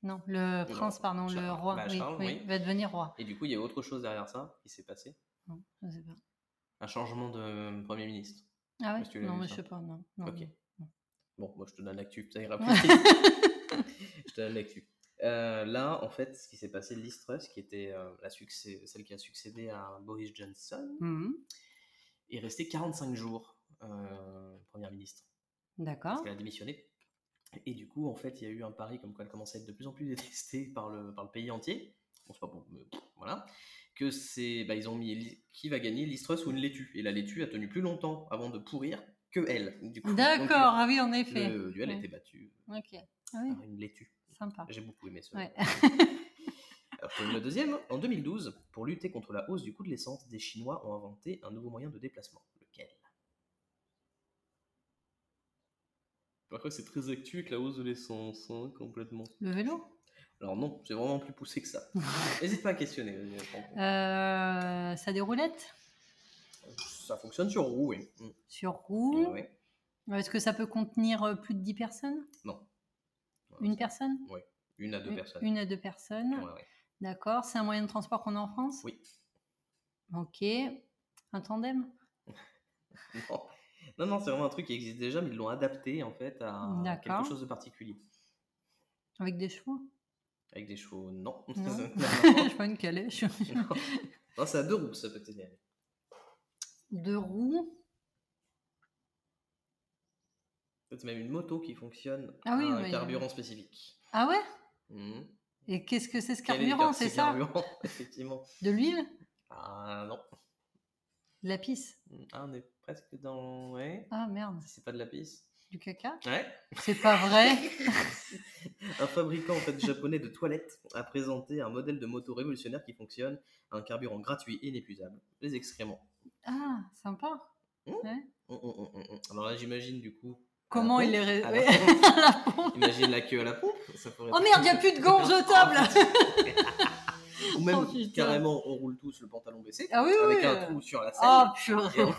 Non, le prince, pardon, le
Charles.
roi
Bah,
oui,
Charles,
oui,
oui.
va devenir roi.
Et du coup, il y a autre chose derrière ça qui s'est passé
Non, je sais pas.
Un changement de euh, Premier ministre.
Ah
Est-ce que tu
ouais
l'as
Non,
vu,
mais
ça
je sais pas, non. non,
Ok.
non.
Bon, moi, je te donne l'actu, ça ira plus vite. je te donne l'actu. Euh, là, en fait, ce qui s'est passé, Liz Truss, qui était euh, la succès, celle qui a succédé à Boris Johnson,
Mhm,
est restée 45 jours euh, Première ministre. parce
D'accord.
qu'elle a démissionné. Et du coup, en fait, il y a eu un pari comme quoi elle commençait à être de plus en plus détestée par le, par le pays entier. Bon, c'est pas bon, mais pff, voilà. Que c'est, bah, ils ont mis Li- qui va gagner, Listrus ou une laitue. Et la laitue a tenu plus longtemps avant de pourrir que elle. Du coup, donc,
D'accord, ah oui, en
le-
effet.
Le duel
Ouais.
était battu
Ok. Ah oui,
par une laitue.
sympa.
J'ai beaucoup aimé ce.
Ouais.
Alors, je te donne le deuxième, hein, en 2012, pour lutter contre la hausse du coût de l'essence, des Chinois ont inventé un nouveau moyen de déplacement. Lequel Par contre, c'est très actuel avec la hausse de l'essence, hein, complètement.
Le vélo
Alors non, c'est vraiment plus poussé que ça. N'hésite pas à questionner. euh, Franck.
Euh, ça des roulettes
Ça fonctionne sur roue, oui. Mm.
sur Euh. roue.
Oui.
Est-ce que ça peut contenir euh, plus de 10 personnes
Non.
Une personne
Une à deux
Une-
personnes.
Une à deux personnes.
Ouais, ouais.
D'accord. C'est un moyen de transport qu'on a en France
Oui.
Ok. Un tandem
Non, non, non, c'est vraiment un truc qui existe déjà, mais ils l'ont adapté en fait à quelque
D'accord.
chose de particulier.
Avec des chevaux
Avec des chevaux, non.
Non.
Non, non.
Je vois une calèche.
Non. Non, c'est à deux roues, ça peut être
Deux roues.
Peut-être même une moto qui fonctionne
Ah oui,
à un
mais-
carburant spécifique.
Ah ouais
Mhm.
Et qu'est-ce que c'est ce
Quel est le
carburant,
car-
c'est ça
carburant, effectivement.
De l'huile
Ah non.
De la pisse.
Ah, on est presque dans. Ouais.
Ah merde,
Si c'est pas de la pisse.
du caca
Ouais.
C'est pas vrai
Un fabricant en fait, japonais de toilettes a présenté un modèle de moto révolutionnaire qui fonctionne à un carburant gratuit et inépuisable, les excréments.
Ah, sympa.
Hum, hum, hum, hum, hum. Alors là, j'imagine du coup. à la
Comment il
pompe,
est... ré-
à la
Euh, ouais.
pompe.
À la pompe.
Imagine la queue à la pompe. Ça pourrait
Oh
être-
merde, il a plus de gorge au table
Ou même
Oh, putain.
carrément, on roule tous le pantalon baissé
Ah oui,
avec
oui.
un trou sur la selle.
Oh purée
Et on-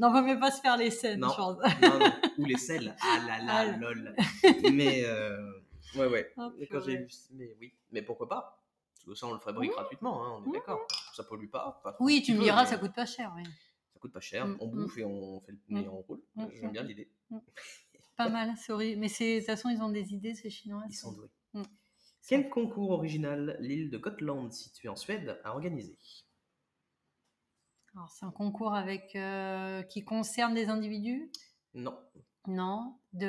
Non, vaut mieux pas se faire les scènes,
Non.
je pense.
Non, non. Ou les selles. Ah là là,
Ah là.
lol. Mais euh, ouais, ouais.
Oh,
Mais quand j'ai
purée.
vu, mais oui, mais pourquoi pas Parce que ça, on le fabrique gratuitement, hein, on est
Mmh.
d'accord. Ça pollue pas. pas
Oui, tu me diras,
ça
ça coûte pas cher, oui.
Ça coûte pas cher.
Mm,
On
mm.
bouffe et on fait le
Mm.
et on roule. Euh,
Mm,
J'aime
mm,
bien l'idée.
Pas mal, c'est horrible. Mais c'est- de toute façon, ils ont des idées, ces Chinois.
Ils sont doués.
Mm.
Quel concours original l'île de Gotland, située en Suède, a organisé
Alors, c'est un concours avec euh, qui concerne des individus
Non.
Non. De...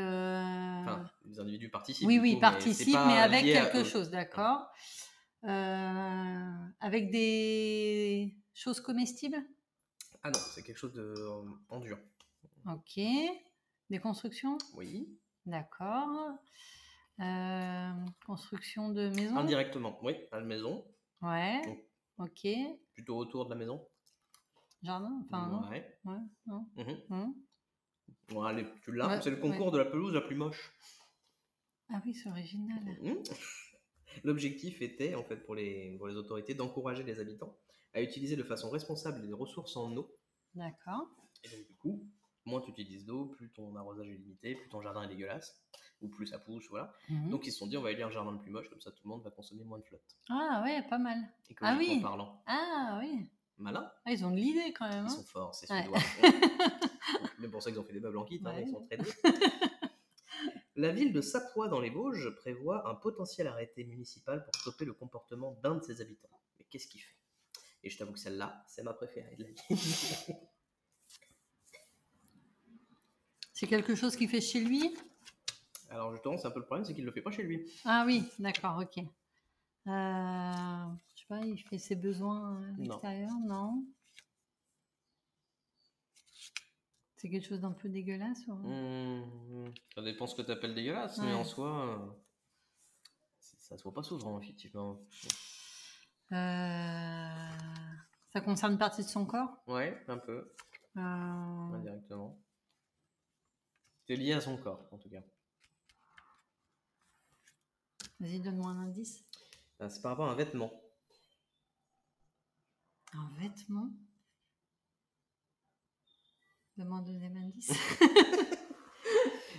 Enfin, les individus participent.
Ah. oui,
du coup,
oui,
mais c'est
participe,
pas
mais, avec
lié à
quelque
eux.
chose, d'accord Euh, Avec des choses comestibles
Ah non, c'est quelque chose de euh, en dur.
Ok. Des constructions
Oui.
D'accord. Euh, construction de maison
Indirectement. Oui, à la maison.
Ouais. Ok.
Plutôt autour de la maison.
Jardin Enfin, hein. non.
ouais.
Ouais, non.
Mhm.
Hum.
Bon, allez, tu l'as.
Ouais,
c'est le concours de la pelouse la plus moche.
Ah oui, c'est original.
Mhm. L'objectif était, en fait, pour les, pour les autorités, d'encourager les habitants à utiliser de façon responsable les ressources en eau
D'accord.
Et donc, du coup, moins tu utilises d'eau, plus ton arrosage est limité, plus ton jardin est dégueulasse, ou plus ça pousse, voilà.
Mhm.
Donc, ils se sont dit, on va élire un jardin le plus moche, comme ça tout le monde va consommer moins de flotte.
Ah ouais, pas mal.
Écologiquement
oui.
parlant.
Ah oui.
Malin,
Ah, ils ont de l'idée quand même.
ils
hein.
sont forts, c'est
Ouais. Bah
suédois. Même pour ça qu'ils ont fait des meubles en kit, hein,
Ouais.
ils sont très doués. La ville de Sapois dans les Vosges prévoit un potentiel arrêté municipal pour stopper le comportement d'un de ses habitants. Mais qu'est-ce qu'il fait Et je t'avoue que celle-là, c'est ma préférée de la ville.
C'est quelque chose qu'il fait chez lui
Alors justement, c'est un peu le problème, c'est qu'il le fait pas chez lui.
Ah oui, d'accord, ok. Euh, je sais pas, il fait ses besoins à
Non.
l'extérieur, non, C'est quelque chose d'un peu dégueulasse ou-
Mmh, ça dépend ce que tu appelles dégueulasse, mais
Ouais.
en soi, euh, c'est- ça se voit pas souvent, effectivement. Mm.
Euh, Ça concerne une partie de son corps
Ouais, un peu,
Euh,
indirectement. C'est lié à son corps, en tout cas.
Vas-y, donne-moi un indice.
Ah, C'est par rapport à un vêtement.
Un vêtement Demande un deuxième indice.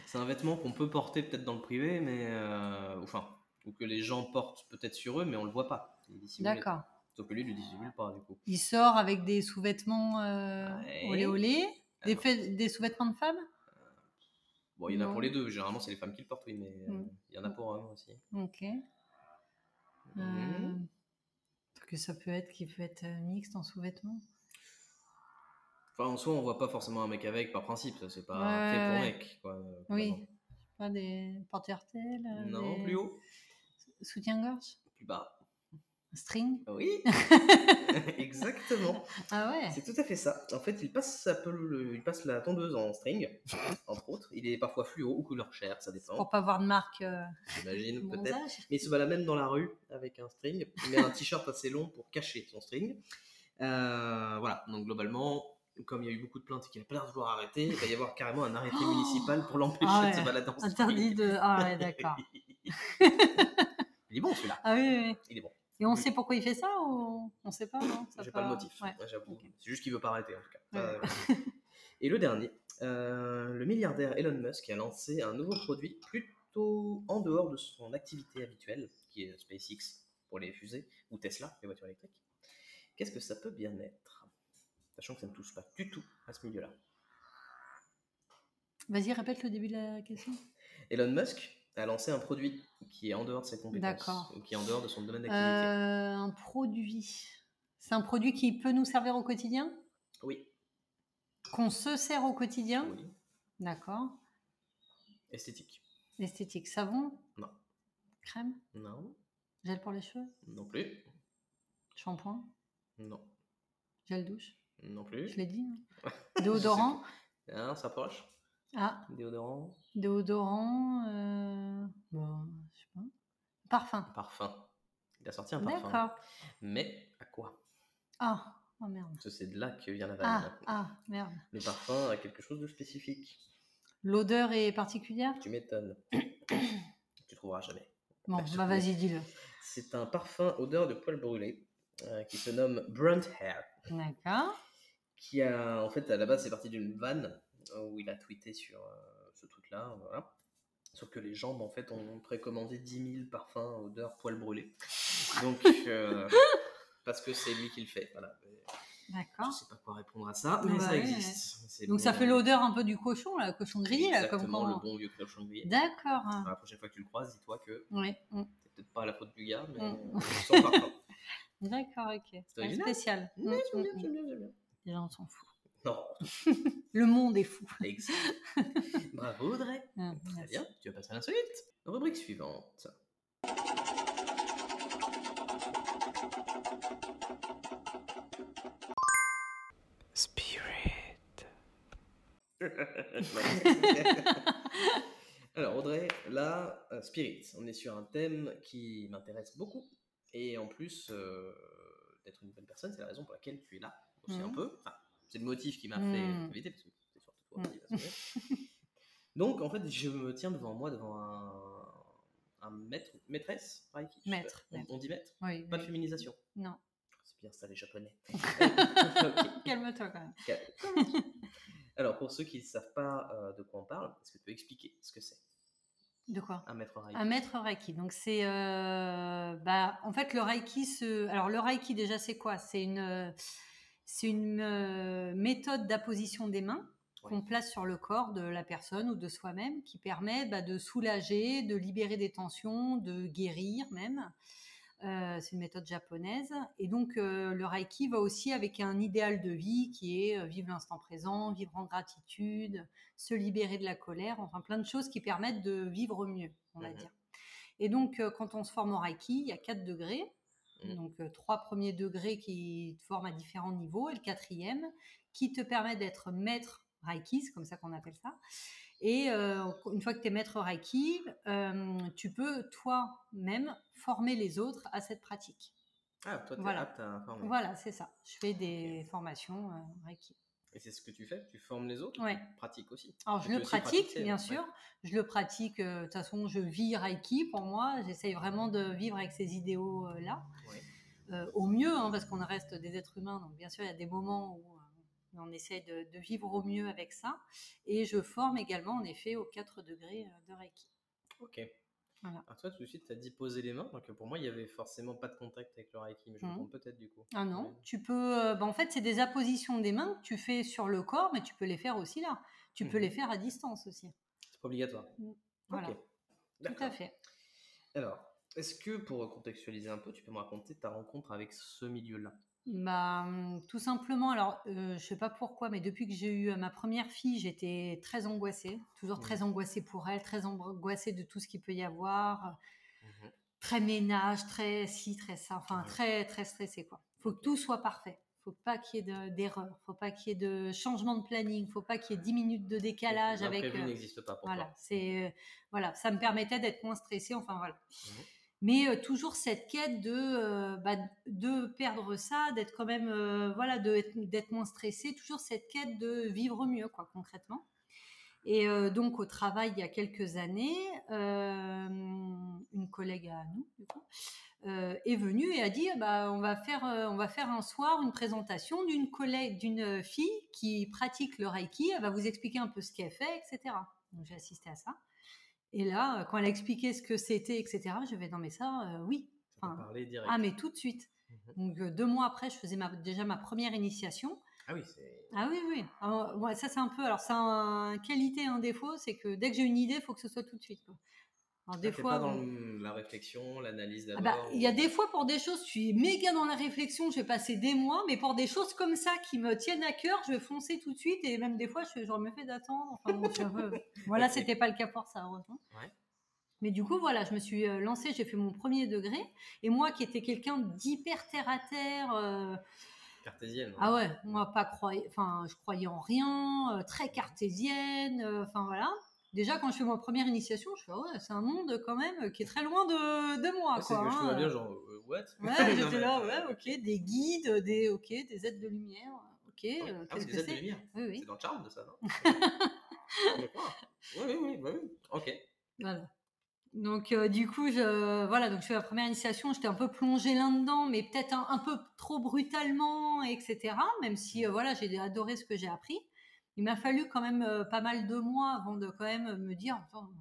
C'est un vêtement qu'on peut porter peut-être dans le privé, mais. euh, enfin, ou que les gens portent peut-être sur eux, mais on le voit pas. Il est dissimulé.
D'accord.
Sauf que lui, il le dissimule pas, du coup.
Il sort avec des sous-vêtements euh,
Ouais.
olé olé, des,
Alors.
fait- des sous-vêtements de femmes
Bon, il y en a
Non.
pour les deux, généralement, c'est les femmes qui le portent, oui, mais euh,
Mm.
il y en a pour hommes aussi.
Ok.
Mhm.
Euh, que ça peut être qui peut être euh, mixte en sous-vêtements.
Enfin, en soi, on voit pas forcément un mec avec par principe, ça c'est pas
Ouais,
fait pour
ouais,
mec. Quoi, euh,
Oui.
complètement.
Pas des porte-hertelles. euh,
Non,
des
plus haut,
Soutien-gorge
plus bas.
un String
Oui, exactement.
Ah ouais
C'est tout à fait ça. En fait, il passe, sa pelu- il passe la tondeuse en string, entre autres. Il est parfois fluo ou couleur chair, ça
Pour
dépend.
pas avoir de marque euh, de
J'imagine, peut-être.
bronzage.
Mais il se balade même dans la rue avec un string. Il met un t-shirt assez long pour cacher son string. Euh, voilà, donc globalement, comme il y a eu beaucoup de plaintes et qu'il a pas l'air de vouloir arrêter, il va y avoir carrément un arrêté
Oh
municipal pour l'empêcher
Ah
de
ouais,
se balader en string.
Interdit de. Ah ouais, d'accord.
il est bon celui-là.
Ah oui, oui, oui.
Il est bon.
Et on sait pourquoi il fait ça ou on sait pas non Ça
J'ai
peut-
pas le motif.
ouais.
Ouais, j'avoue.
ok.
C'est juste qu'il veut pas arrêter en tout cas.
Ouais.
Euh, Et le dernier, euh, le milliardaire Elon Musk a lancé un nouveau produit plutôt en dehors de son activité habituelle, qui est SpaceX pour les fusées ou Tesla, les voitures électriques. Qu'est-ce que ça peut bien être Sachant que ça ne touche pas du tout à ce milieu-là.
Vas-y, répète le début de la question.
Elon Musk a lancé un produit qui est en dehors de ses compétences,
D'accord.
ou qui est en dehors de son domaine d'activité.
Euh, un produit. C'est un produit qui peut nous servir au quotidien
Oui.
Qu'on se sert au quotidien
oui.
D'accord.
Esthétique.
Esthétique, savon
Non.
Crème
Non.
Gel pour les cheveux
Non plus.
Shampoing
Non.
Gel douche.
Non
Je
plus.
l'ai dit. non Déodorant.
Hein, on s'approche.
Ah,
Déodorant.
déodorant. euh, Bon, je sais pas. Parfum.
Parfum. Il a sorti un parfum.
D'accord.
Mais à quoi
Ah, oh merde.
Parce que c'est de là que vient la vanne.
Ah, ah, merde.
Le parfum a quelque chose de spécifique.
L'odeur est particulière
Tu m'étonnes. tu trouveras jamais.
Bon,
Bah, je
bah
connais.
vas-y, dis-le.
C'est un parfum odeur de poils brûlés euh, qui se nomme Brunt Hair.
D'accord.
Qui a, en fait, à la base, c'est parti d'une vanne euh, où il a tweeté sur euh, ce truc-là. Voilà. Sauf que les jambes, en fait, ont précommandé 10 000 parfums odeur poils brûlés. Donc, euh, parce que c'est lui qui le fait. Voilà. Mais Je
D'accord.
sais pas quoi répondre à ça,
Ah
mais
bah
ça
oui,
existe. C'est
Donc
bon.
ça fait l'odeur un peu du cochon, là, cochon grillé, là, comme
Exactement,
quand.
le bon vieux clochon grillé.
D'accord.
Enfin, La prochaine fois que tu le croises, dis-toi que
Oui. mm.
c'est peut-être pas la faute du gars, mais
Mm.
on sent par contre.
D'accord, ok. C'est
original.
spécial. Mm,
Mais j'aime bien,
mm, mm.
j'aime bien, j'aime bien.
Les gens sont fous.
Non,
Le monde est fou.
exact. Bravo Audrey.
Mm,
Très
merci.
bien, tu vas passer à l'insolite. Rubrique suivante. Spirit. Alors Audrey, là, euh, Spirit, on est sur un thème qui m'intéresse beaucoup. Et en plus, euh, d'être une bonne personne, c'est la raison pour laquelle tu es là aussi un
Mhm.
peu. Enfin, c'est le motif qui m'a
Mhm.
fait t'inviter, parce que c'est surtout toi.
Mhm.
qui vas sauver. Donc en fait, je me tiens devant moi, devant un, un maître, maîtresse, pareil, qui- je sais pas,
Maître,
on,
maître.
on dit maître
Oui.
Pas de
oui.
féminisation.
Non.
C'est bien ça, les japonais. Ok.
Calme-toi quand même.
Alors, pour ceux qui ne savent pas euh, de quoi on parle, est-ce que tu peux expliquer ce que c'est
De quoi
un maître raï
Un maître Reiki. Donc c'est, euh, bah, en fait, le Reiki se. Alors le Reiki déjà, c'est quoi C'est une, euh, c'est une euh, méthode d'apposition des mains
Ouais.
qu'on place sur le corps de la personne ou de soi-même, qui permet bah, de soulager, de libérer des tensions, de guérir même. Euh, c'est une méthode japonaise. Et donc, euh, le Reiki va aussi avec un idéal de vie qui est euh, vivre l'instant présent, vivre en gratitude, se libérer de la colère, enfin plein de choses qui permettent de vivre mieux, on va
Mhm.
dire. Et donc, euh, quand on se forme en Reiki, il y a quatre degrés.
Mhm.
Donc, euh, trois premiers degrés qui te forment à différents niveaux et le quatrième qui te permet d'être maître Reiki, c'est comme ça qu'on appelle ça. Et euh, une fois que tu es maître Reiki, euh, tu peux toi-même former les autres à cette pratique.
Ah, toi, tu es
Voilà.
apte à informer.
Voilà, c'est ça. Je fais des formations euh, Reiki.
Et c'est ce que tu fais Tu formes les autres
Ouais.
Tu pratiques aussi
Alors,
Tu
je le
peux aussi
pratique,
pratiquer,
bien
ouais.
sûr. Je le pratique. euh, De toute façon, je vis Reiki pour moi. J'essaye vraiment de vivre avec ces idéaux-là.
Ouais.
au mieux, hein, parce qu'on reste des êtres humains. Donc, bien sûr, il y a des moments où euh, on essaye de, de vivre au mieux avec ça. Et je forme également, en effet, aux 4 degrés euh, de Reiki.
Ok.
Voilà.
Alors toi, tout de suite, tu as dit poser les mains. Donc pour moi, il n'y avait forcément pas de contact avec le Reiki, mais je me
Mhm.
trompe peut-être du coup.
Ah non, tu peux. euh, bah, en fait, c'est des appositions des mains que tu fais sur le corps, mais tu peux les faire aussi là. Tu peux
Mhm.
les faire à distance aussi.
C'est pas obligatoire.
Mm. Voilà,
Ok.
tout à
D'accord.
fait.
Alors, est-ce que pour contextualiser un peu, tu peux me raconter ta rencontre avec ce milieu-là
Bah, hum, tout simplement, alors euh, je sais pas pourquoi, mais depuis que j'ai eu euh, ma première fille, j'étais très angoissée, toujours
Mhm.
très angoissée pour elle, très angoissée de tout ce qu'il peut y avoir, euh, très ménage, très ci, très ça, enfin
Mmh Ouais.
très très stressée quoi. Faut que tout soit parfait, faut pas qu'il y ait de- d'erreur, faut pas qu'il y ait de changement de planning, faut pas qu'il y ait 10 minutes de décalage avec.
L'imprévu
euh,
n'existe pas pour
voilà,
toi.
c'est euh, voilà, ça me permettait d'être moins stressée. Enfin voilà.
Mhm.
Mais euh, toujours cette quête de euh, bah, de perdre ça, d'être quand même euh, voilà, de être- d'être moins stressée. Toujours cette quête de vivre mieux quoi concrètement. Et euh, donc au travail il y a quelques années, euh, une collègue à nous du coup, euh, est venue et a dit Ah bah on va faire euh, on va faire un soir une présentation d'une collègue d'une fille qui pratique le reiki. Elle va vous expliquer un peu ce qu'elle fait, etc. Donc j'ai assisté à ça. Et là, euh, quand elle a expliqué ce que c'était, etc., je vais non mais ça, euh, oui.
Ça t'a
Enfin,
parlé direct.
Ah mais tout de suite.
Mhm.
Donc euh, deux mois après, je faisais ma- déjà ma première initiation.
Ah oui, c'est...
Ah oui oui. Ah, ouais, ça c'est un peu. Alors c'est un qualité et un défaut, c'est que dès que j'ai une idée, il faut que ce soit tout de suite. quoi. Alors des
Ah, t'es
fois,
pas dans
on-
le- la réflexion, l'analyse
ah
d'abord.
bah, il y a
ou-
des fois pour des choses, je suis méga dans la réflexion, je vais passer des mois, mais pour des choses comme ça qui me tiennent à cœur, je vais foncer tout de suite et même des fois, je, je me fais d'attendre. Enfin, bon, c'est un peu- voilà,
Ok.
c'était pas le cas pour ça, heureusement.
Ouais.
Mais du coup, voilà, je me suis euh, lancée, j'ai fait mon premier degré et moi qui étais quelqu'un d'hyper terre à terre. euh,
cartésienne.
Ah ouais, moi pas croyais, enfin je croyais en rien, euh, très cartésienne, euh, enfin voilà. Déjà quand je fais ma première initiation, je fais Ah ouais, c'est un monde quand même qui est très loin de, de moi
Ouais, Ah, c'est
quoi.
que je
hein.
vois bien, genre, euh, what
Ouais,
Non,
j'étais
mais- euh,
là, ouais, ok, des guides, des ok, des aides de lumière, ok,
Ah oui,
euh,
ah oui,
qu'est-ce
des
que
ailes de
c'est
lumière.
Oui, oui,
C'est dans Charme, ça, non Oui, oui, oui, bah oui. Ok.
voilà. Donc euh, du coup, je, voilà, donc je fais ma première initiation, j'étais un peu plongée là-dedans, mais peut-être un, un peu trop brutalement, etc. Même si euh, voilà, j'ai adoré ce que j'ai appris, il m'a fallu quand même euh, pas mal de mois avant de quand même me dire, Attends,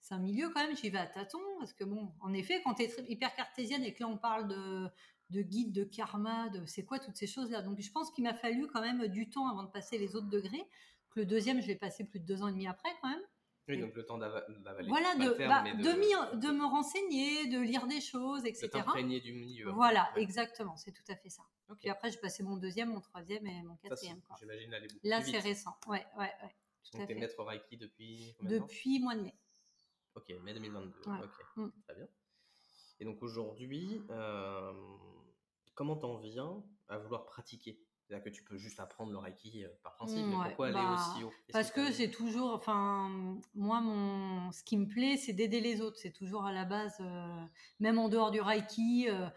c'est un milieu quand même, j'y vais à tâtons, parce que bon, en effet, quand tu es hyper cartésienne et que là on parle de de guide, de karma, de c'est quoi toutes ces choses-là. Donc je pense qu'il m'a fallu quand même du temps avant de passer les autres degrés. Que le deuxième, je l'ai passé plus de deux ans et demi après quand même.
Oui, donc le temps d'ava- d'avaler.
Voilà,
Pas
de,
le faire,
bah,
mais
de, m'y- de me renseigner, de lire des choses,
de
etc.
t'imprégner du milieu. hein.
Voilà,
Ouais.
exactement, c'est tout à fait ça.
Ok.
Puis après, j'ai passé mon deuxième, mon troisième et mon
Ça, c'est-
quatrième. quoi.
J'imagine aller beaucoup
Là,
plus
c'est
vite.
récent. Ouais, ouais, ouais, tout à
Donc, t'es
fait.
maître Reiki depuis combien de temps
Depuis mois de mai.
Ok, mai 2022.
Ouais.
Ok,
Mm.
très bien. Et donc aujourd'hui, euh, comment t'en viens à vouloir pratiquer C'est-à-dire que tu peux juste apprendre le Reiki euh, par principe,
Mm,
mais
ouais,
pourquoi aller
bah,
aussi haut Est-ce
Parce
t'as-
que j'ai toujours, enfin, moi, mon, ce qui me plaît, c'est d'aider les autres. C'est toujours à la base, euh, même en dehors du Reiki, euh,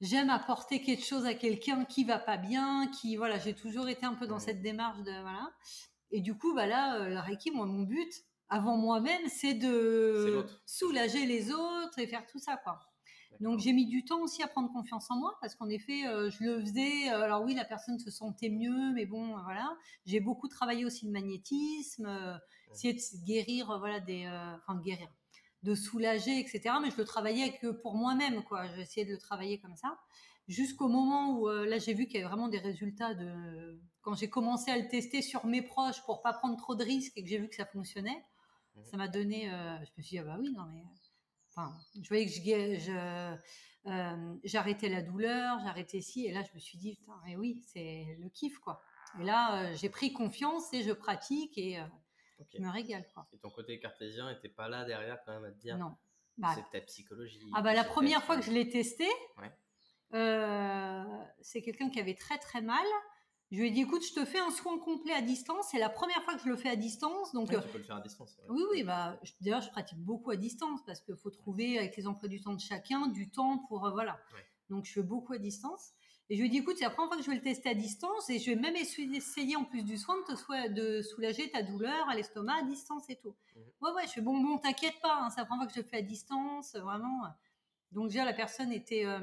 j'aime apporter quelque chose à quelqu'un qui va pas bien, qui, voilà, j'ai toujours été un peu dans
Ouais.
cette démarche de, voilà. Et du coup, bah là, euh, le Reiki, moi, mon but, avant moi-même, c'est
C'est
de
l'autre.
soulager les autres et faire tout ça, quoi.
D'accord.
Donc j'ai mis du temps aussi à prendre confiance en moi parce qu'en effet euh, je le faisais. euh, alors oui la personne se sentait mieux, mais bon euh, voilà. J'ai beaucoup travaillé aussi le magnétisme, euh, essayer de s- guérir euh, voilà des, euh, enfin de guérir, de soulager etc. Mais je le travaillais que pour moi-même quoi. J'ai essayé de le travailler comme ça jusqu'au moment où euh, là j'ai vu qu'il y avait vraiment des résultats de quand j'ai commencé à le tester sur mes proches pour pas prendre trop de risques et que j'ai vu que ça fonctionnait.
Mhm.
Ça m'a donné, euh, je me suis dit ah bah oui non mais enfin, je voyais que je gué- je, euh, j'arrêtais la douleur, j'arrêtais ci, et là je me suis dit, putain, mais oui, c'est le kiff, quoi. Et là, euh, j'ai pris confiance et je pratique et euh,
Ok.
je me régale, quoi.
Et ton côté cartésien était pas là derrière quand même à te dire
Non. Bah,
c'est ta psychologie.
ah bah la
c'est ta-
première fois que je l'ai testé,
Ouais.
euh, c'est quelqu'un qui avait très très mal. Je lui ai dit, écoute, je te fais un soin complet à distance. C'est la première fois que je le fais à distance, donc
Ouais,
euh,
tu peux le faire à distance. ouais.
Oui, oui, bah, je- d'ailleurs, je pratique beaucoup à distance parce qu'il faut trouver avec les emplois du temps de chacun du temps pour. euh, voilà.
Ouais.
Donc, je fais beaucoup à distance. Et je lui ai dit, écoute, c'est la première fois que je vais le tester à distance et je vais même essu- essayer, en plus du soin, de, te soi- de soulager ta douleur à l'estomac à distance et tout.
Mhm.
Ouais, ouais, je fais, bon, bon, t'inquiète pas, hein, c'est la première fois que je le fais à distance, euh, vraiment. Donc, déjà, la personne était. euh,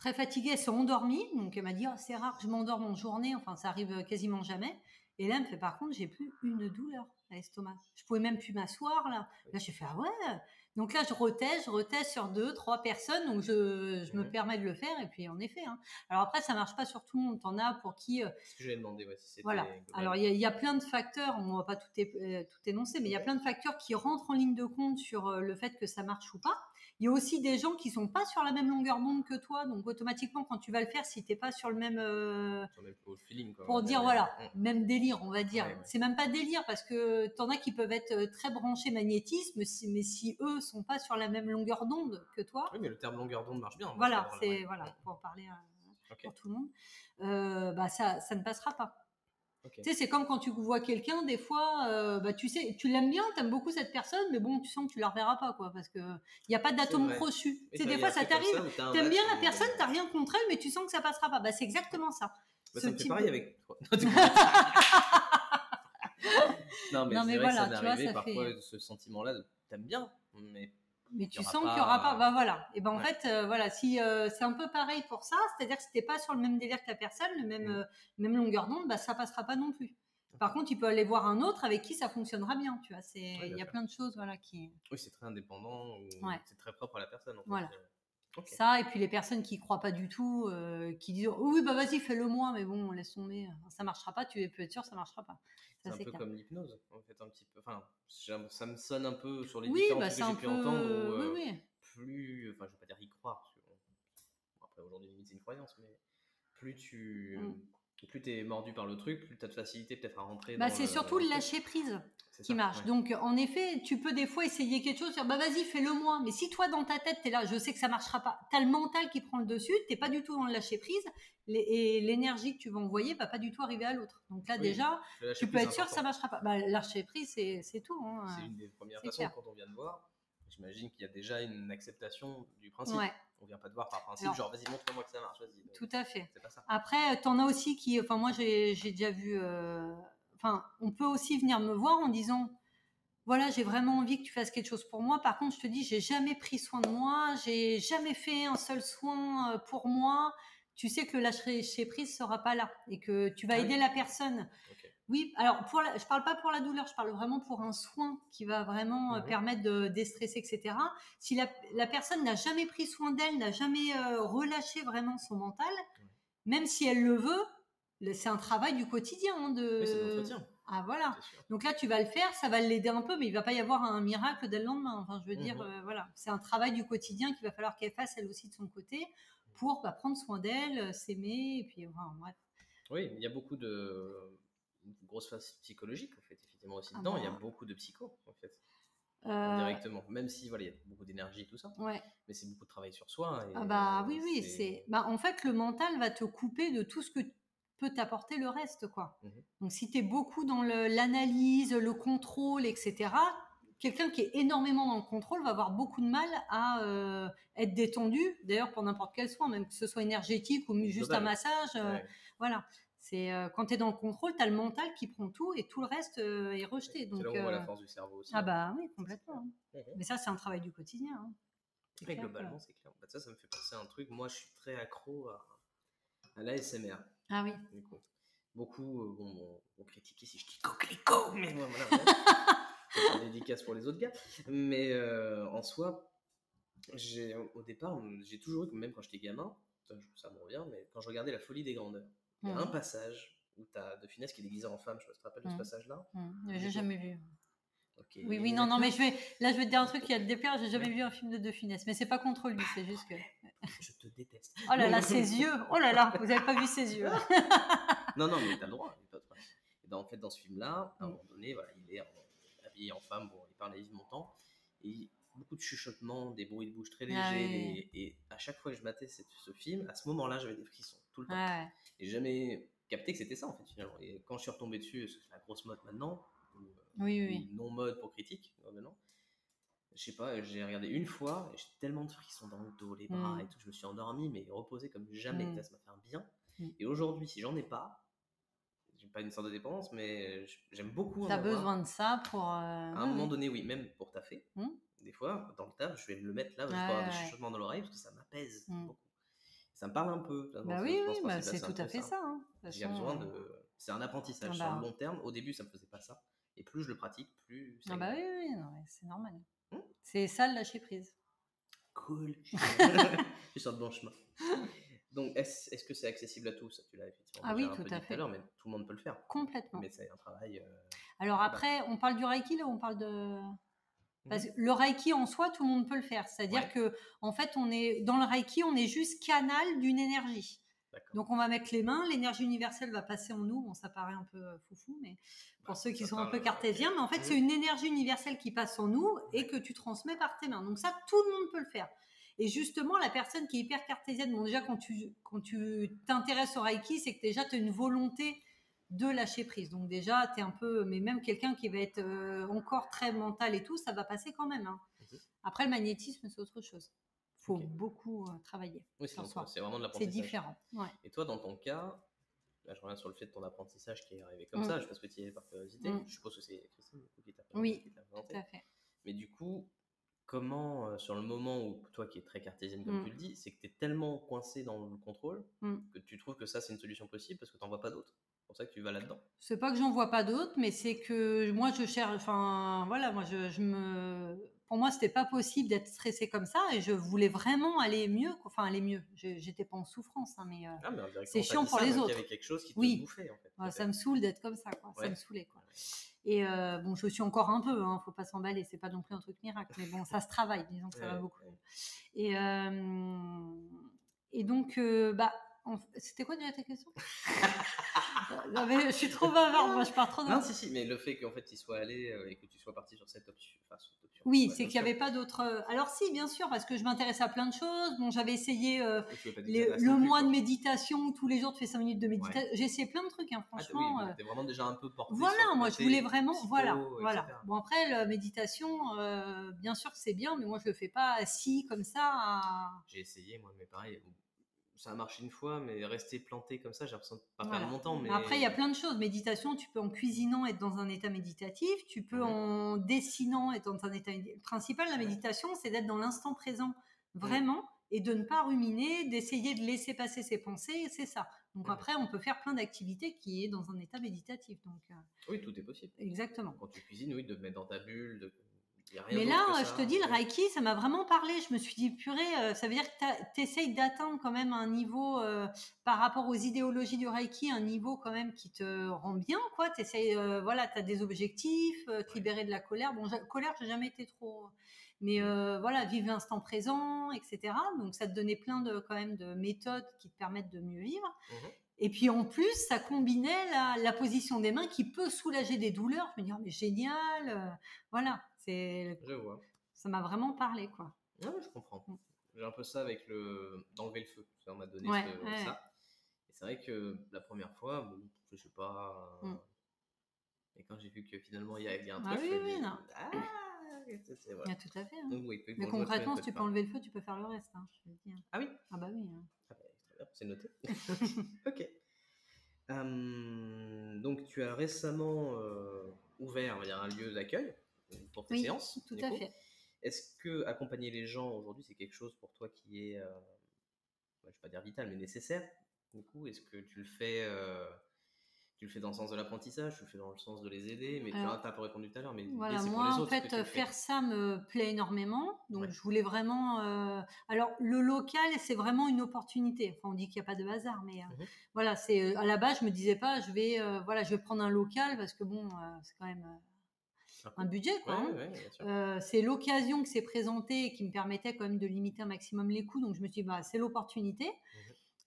Très fatiguée, elle s'est endormie, donc elle m'a dit Ah, c'est rare, que je m'endorme en journée, enfin ça arrive euh, quasiment jamais. Et là, elle me fait par contre, j'ai plus une douleur à l'estomac. Je pouvais même plus m'asseoir là. Là, j'ai fait ah ouais. Donc là, je reteste, je reteste sur deux, trois personnes, donc je, je me
Mhm.
permets de le faire. Et puis en effet, hein. alors après, ça marche pas sur tout le monde. T'en as pour qui, euh,
C'est ce que j'avais demandé, ouais, si c'était
voilà.
global.
Alors il y, a- il y a plein de facteurs. On va pas tout, é- euh, tout énoncer, mais il y a plein de facteurs qui rentrent en ligne de compte sur euh, le fait que ça marche ou pas. Il y a aussi des gens qui sont pas sur la même longueur d'onde que toi, donc automatiquement, quand tu vas le faire, si t'es pas sur le même euh,
Sur le- au feeling, quoi,
pour
ouais, Mm.
dire
ouais,
voilà,
ouais.
même délire, on va dire.
Ouais, ouais.
C'est même pas délire parce que t'en as qui peuvent être euh, très branchés magnétisme, si- mais si eux sont pas sur la même longueur d'onde que toi,
Oui, mais le terme longueur d'onde marche bien. hein, dans ce
voilà,
cadre-là,
c'est
ouais.
voilà pour parler à-
Ok.
pour tout le monde, euh, bah ça, ça ne passera pas.
Ok.
Tu sais, c'est comme quand tu vois quelqu'un, des fois, euh, bah, tu sais, tu l'aimes bien, t'aimes beaucoup cette personne, mais bon, tu sens que tu la reverras pas, quoi, parce que il n'y a pas d'atome
vrai.
crochu.
Et
Tu sais,
t'as-
des
y a
fois,
un
ça
truc comme
t'arrive.
où t'as un
T'aimes
match
bien la
où-
personne, t'as rien contre elle, mais tu sens que ça passera pas. Bah, c'est exactement ça.
euh, Bah,
ce
ça me fait
type
pareil
de-
avec toi. non, mais, c'est
Non, mais
vrai
voilà,
que
tu
ça m'est
vois,
arrivé
ça
parfois,
fait- euh,
ce sentiment-là, de- t'aimes bien, mais
Mais
y
tu
aura
sens qu'il n'y
pas,
aura pas.
euh,
Bah voilà. Et ben en
ouais.
fait, euh, voilà, si euh, c'est un peu pareil pour ça, c'est-à-dire que si t'es pas sur le même délire que la personne, le même
Mm.
euh, même longueur d'onde, bah ça passera pas non plus. Par contre, tu peux aller voir un autre avec qui ça fonctionnera bien, tu vois. C'est il
bien
y a
sûr.
plein de choses voilà qui
oui, c'est très indépendant, ou
Ouais.
c'est très propre à la personne. En fait. euh.
Voilà.
Ok.
ça et puis les personnes qui croient pas du tout, euh, qui disent oh oui bah vas-y fais-le moi, mais bon laisse tomber, ça marchera pas, tu peux être sûr ça marchera pas.
C'est
Ça
un
c'est
peu
clair.
comme l'hypnose, en fait, un petit peu. Enfin, j'aime- ça me sonne un peu sur les
Oui
différents
bah
trucs
c'est
que
un
j'ai pu
peu.
entendre, où, euh,
Oui oui.
plus, enfin, je vais pas dire y croire, parce que bon, bon, après aujourd'hui limite c'est une croyance, mais plus tu, euh,
Mm.
plus t'es mordu par le truc, plus t'as de facilité peut-être à rentrer.
Bah
dans
c'est
le-
surtout
dans le
le
truc.
lâcher prise.
c'est
qui
ça,
marche.
Ah, ouais.
Donc, en effet, tu peux des fois essayer quelque chose, dire bah vas-y, fais-le moi. Mais si toi, dans ta tête, t'es là, je sais que ça marchera pas. T'as le mental qui prend le dessus, t'es pas du tout dans le lâcher prise, les- et l'énergie que tu vas envoyer va pas du tout arriver à l'autre. Donc là,
Oui,
déjà,
Le lâcher
tu peux
prise,
être sûr que ça
important.
marchera pas. Bah, lâcher prise, c'est c'est tout. hein.
C'est une des premières
c'est
façons
clair.
quand on vient de voir. J'imagine qu'il y a déjà une acceptation du principe.
Ouais,
On vient pas de voir par principe,
Non.
genre vas-y montre-moi que ça marche, vas-y. Non,
tout à fait.
C'est pas ça.
Après, t'en as aussi qui, enfin moi j'ai j'ai déjà vu, euh, enfin on peut aussi venir me voir en disant, voilà j'ai vraiment envie que tu fasses quelque chose pour moi. Par contre je te dis j'ai jamais pris soin de moi, j'ai jamais fait un seul soin euh, pour moi. Tu sais que le lâcher chez prise sera pas là et que tu vas
Ah oui.
aider la personne.
Ok.
Oui, alors pour la- je parle pas pour la douleur, je parle vraiment pour un soin qui va vraiment euh,
Mhm.
permettre de déstresser, etc. Si la, la personne n'a jamais pris soin d'elle, n'a jamais euh, relâché vraiment son mental, même si elle le veut, le- c'est un travail du quotidien hein, de.
Oui, c'est de l'entretien,
Ah voilà.
c'est sûr.
Donc là, tu vas le faire, ça va l'aider un peu, mais il va pas y avoir un miracle dès le lendemain. Enfin, je veux dire,
Mhm.
euh, voilà, c'est un travail du quotidien qu'il va falloir qu'elle fasse elle aussi de son côté pour bah, prendre soin d'elle, euh, s'aimer, et puis enfin, bref.
Oui, il y a beaucoup de grosses phases psychologiques en fait, effectivement aussi
Ah
dedans. Il y a
bah.
beaucoup de psychos en fait,
Euh,
directement. Même si voilà, il y a beaucoup d'énergie et tout ça,
ouais.
mais c'est beaucoup de travail sur soi. et
Ah bah oui, oui, c'est. Bah, en fait, le mental va te couper de tout ce que peut t'apporter le reste, quoi.
Mhm.
Donc, si tu es beaucoup dans le- l'analyse, le, contrôle, etc., quelqu'un qui est énormément dans le contrôle va avoir beaucoup de mal à euh, être détendu, d'ailleurs pour n'importe quel soin, même que ce soit énergétique ou mu- juste
Total.
un massage. euh,
Ouais.
Voilà. C'est euh, quand tu es dans le contrôle, tu as le mental qui prend tout et tout le reste euh, est rejeté.
C'est
Donc,
là où on voit
euh,
la force du cerveau aussi.
ah bah oui, complètement.
Mhm.
Mais ça, c'est un travail du quotidien. hein. C'est
Mais
clair que-
globalement, c'est clair. Bah, ça, ça me fait penser à un truc. Moi, je suis très accro à, à l'ASMR.
Ah oui.
du coup. Beaucoup euh, bon, m'ont- m'ont critiqué si je dis coquelicot, mais moi, voilà. bon. C'est une dédicace pour les autres gars. Mais euh, en soi, j'ai- au départ, j'ai toujours eu, même quand j'étais gamin, ça, je- ça me revient, mais quand je regardais La Folie des Grandeurs, il y a
Mhm.
un passage où t'as De Funès qui est déguisé en femme, je sais pas si tu te rappelles de
Mhm.
ce passage-là
Mhm. J'ai jamais vu.
Ok.
Oui, oui, non, non, mais je vais, là, je vais te dire un truc qui va te déplaire. J'ai jamais vu un film de De Funès, mais c'est pas contre lui, c'est juste que.
Je te déteste.
Oh là là, ses yeux. Oh là là, vous avez pas vu ses yeux.
Non, non, mais t'as le droit. mais pas de problème. Et dans- en fait, dans ce film-là,
Mm.
à un moment donné, voilà, il est en- habillé en femme, bon, il parle à Yves Montand, et beaucoup de chuchotements, des bruits de bouche très légers,
Ah oui.
des- et à chaque fois que je matais cette- ce film, à ce moment-là, j'avais des frissons, tout le temps.
Ouais.
Et j'ai jamais capté que c'était ça, en fait, finalement. Et quand je suis retombé dessus, parce que c'est la grosse mode maintenant, ou, euh,
Oui, oui,
ou
oui.
non-mode pour critique, euh, maintenant, je sais pas, j'ai regardé une fois, et j'ai tellement de frissons dans le dos, les bras
Mm.
et tout, je me suis endormi, mais reposé comme jamais,
Mm.
ça ça m'a fait un bien.
Mm.
Et aujourd'hui, si j'en ai pas, j'ai pas une sorte de dépendance, mais j- j'aime beaucoup en
T'as
avoir.
besoin de ça pour. euh,
À un
oui,
moment
oui.
donné, oui, même pour taffer,
Mm.
des fois, dans le taf, je vais le mettre là, je vais
Ouais,
avoir des
ouais.
chuchotements dans l'oreille, parce que ça m'apaise
Mm.
beaucoup. Ça me parle un peu. dans
Bah
ce-
oui,
je pense
oui,
que
bah,
c'est
c'est
assez un
tout à
peu
fait
ça.
ça. hein. De toute
J'ai
façon,
besoin
euh,
de. C'est un apprentissage
Ah
sur
bah.
le long terme. Au début, ça me faisait pas ça. Et plus je le pratique, plus. c'est
Ah bah oui,
agréable.
oui, non, mais c'est normal.
Hmm.
C'est ça le lâcher prise.
Cool. je suis sur le bon chemin. Donc, est-ce est-ce que c'est accessible à tous Tu l'as effectivement
Ah
déjà
oui,
un
tout
peu
à
dit
fait. Mmh.
à l'heure, mais tout le monde peut le faire.
Complètement.
Mais c'est un travail. euh,
Alors
bah. Mmh.
après, on parle du Reiki là, ou on parle de Parce que le Reiki en soi, tout le monde peut le faire. C'est-à-dire
Ouais.
que, en fait, on est dans le Reiki, on est juste canal d'une énergie.
D'accord.
Donc, on va mettre les mains, l'énergie universelle va passer en nous. Bon, ça paraît un peu euh, foufou, mais pour
Bah,
ceux qui
ça
sont un
parle,
peu
ok.
cartésiens, mais en fait,
Mhm.
c'est une énergie universelle qui passe en nous et que tu transmets par tes mains. Donc, ça, tout le monde peut le faire. Et justement, la personne qui est hyper cartésienne, bon, déjà, quand tu quand tu t'intéresses au Reiki, c'est que déjà, tu as une volonté de lâcher prise. Donc, déjà, tu es un peu, mais même quelqu'un qui va être euh, encore très mental et tout, ça va passer quand même. hein.
Mhm.
Après, le magnétisme, c'est autre chose. faut
Ok.
beaucoup euh, travailler.
Oui, c'est
sur
donc-
soi.
c'est vraiment de
C'est
l'apprentissage.
différent. Ouais.
Et toi, dans ton cas, là, je reviens sur le fait de ton apprentissage qui est arrivé comme
Mm.
ça. Je pense que tu y es par curiosité.
Mm.
Je suppose que c'est Christine du coup, qui t'a
Oui,
qui t'a présenté.
Tout à fait.
Mais du coup, comment, euh, sur le moment où toi qui es très cartésienne comme
Mm.
tu le dis, c'est que tu es tellement coincé dans le contrôle
Mm.
que tu trouves que ça c'est une solution possible parce que t'en vois pas d'autre. C'est pour ça que tu vas là-dedans.
C'est pas que j'en vois pas d'autres, mais c'est que moi je cherche. Enfin voilà, moi je, je me. Pour moi, c'était pas possible d'être stressée comme ça, et je voulais vraiment aller mieux. quoi. Enfin aller mieux. Je- J'étais pas en souffrance, hein, mais euh,
Ah, mais indirectement,
C'est
t'as
chiant
dit
pour
ça,
les
donc Il
autres.
y avait quelque chose qui te
Oui.
bouffait en fait.
euh, ça
peut-être.
me saoule d'être comme ça, quoi. Ça
Ouais.
me saoulait, quoi.
Ouais.
Et euh, bon, je suis encore un peu, hein, faut pas s'emballer, c'est pas non plus un truc miracle, mais bon, ça se travaille, disons que ça va
Ouais,
beaucoup.
ouais.
Et, euh, et donc, euh, bah, en- c'était quoi déjà ta question Non, mais je suis trop bavarde, moi je pars trop dans
Non, si, si, mais le fait qu'en fait il soit allé euh, et que tu sois parti sur cette option. enfin, cette option,
Oui,
ouais,
c'est
bien
qu'il n'y
sûr.
avait pas d'autres. euh, Alors si, bien sûr, parce que je m'intéresse à plein de choses. Bon, j'avais essayé euh,
Et tu veux pas dire
les-
que t'as
le
cinq
mois de
minutes,
méditation où tous les jours tu fais 5 minutes de méditation. J'ai essayé plein de trucs, hein,
quoi. Ah, t'es-
franchement.
oui,
euh,
mais t'es vraiment déjà un peu porté. sur
Voilà,
le
moi je
côté
voulais vraiment,
psycho,
voilà, voilà.
etc.
Bon après la méditation, euh, bien sûr que c'est bien, mais moi je le fais pas assis comme ça. à-
J'ai essayé, moi, mais pareil, ça a marché une fois, mais rester planté comme ça, j'ai l'impression de pas
Voilà.
perdre mon temps. Mais...
Après il y a plein de choses. Méditation, tu peux en cuisinant être dans un état méditatif, tu peux
Mhm.
en dessinant être dans un état. Le principal la méditation, c'est d'être dans l'instant présent, vraiment, et de ne pas ruminer, d'essayer de laisser passer ses pensées, et c'est ça. Donc
Mhm.
après on peut faire plein d'activités qui est dans un état méditatif. Donc euh,
Oui, tout est possible.
exactement.
Quand tu cuisines, oui, de te mettre dans ta bulle. De... y a rien
Mais
d'autre
là,
que
euh,
ça, hein.
je te dis, le
ouais.
Reiki, ça m'a vraiment parlé. Je me suis dit, purée, euh, ça veut dire que tu essayes d'atteindre quand même un niveau, euh, par rapport aux idéologies du Reiki, un niveau quand même qui te rend bien, quoi. Tu voilà, tu as des objectifs, euh, te libérer de la colère. Bon, ja- colère, j'ai jamais été trop.
Mm.
Mais euh, voilà, vivre l'instant présent, etc. Donc, ça te donnait plein de, quand même, de méthodes qui te permettent de mieux vivre.
Mhm.
Et puis en plus, ça combinait la, la position des mains qui peut soulager des douleurs. Je me dis, Ah, mais génial, euh, voilà, c'est le
Je vois.
ça m'a vraiment parlé quoi.
Ah Ouais, ouais, je comprends.
Mm.
J'ai un peu ça avec le d'enlever le feu. Ça on m'a donné
Ouais,
ce-
ouais.
ça. Et c'est vrai que la première fois, bon, je sais pas.
Mm.
Et quand j'ai vu que finalement il y a, il y a un
Ah
truc,
oui,
je me
oui,
dis,
non.
ah, c'est- c'est- voilà.
Ah, tout à fait. hein.
Donc, oui, bon, je vois très
Mais
bien
concrètement,
de
si tu
quoi
peux enlever le feu, tu peux faire le reste. hein, je te le dis, hein.
Ah oui.
Ah bah oui. hein.
tu parles. Ah bah, c'est noté. ok. Hum, donc tu as récemment euh, ouvert on va dire, un lieu d'accueil pour tes
Oui,
séances.
tout
du
à
coup.
fait.
Est-ce que accompagner les gens aujourd'hui, c'est quelque chose pour toi qui est, euh, bah, je vais pas dire vital, mais nécessaire Du coup, est-ce que tu le fais, euh, tu le fais dans le sens de l'apprentissage, tu le fais dans le sens de les aider Mais tu
Alors,
as un peu répondu tout à l'heure, mais l'idée,
Voilà,
c'est pour
moi
les
en
autres que tu
fait, euh,
le fais.
faire ça me plaît énormément. Donc
Ouais.
je voulais vraiment. euh, Alors le local, c'est vraiment une opportunité. Enfin, on dit qu'il n'y a pas de hasard, mais euh,
Mhm.
voilà, c'est euh, à la base, je me disais pas, je vais euh, voilà, je vais prendre un local parce que bon, euh, c'est quand même euh, un budget
Ouais,
quoi. hein.
ouais, ouais, bien sûr.
Euh, c'est l'occasion qui s'est présentée et qui me permettait quand même de limiter un maximum les coûts. Donc je me suis dit, bah, c'est l'opportunité.
Mhm.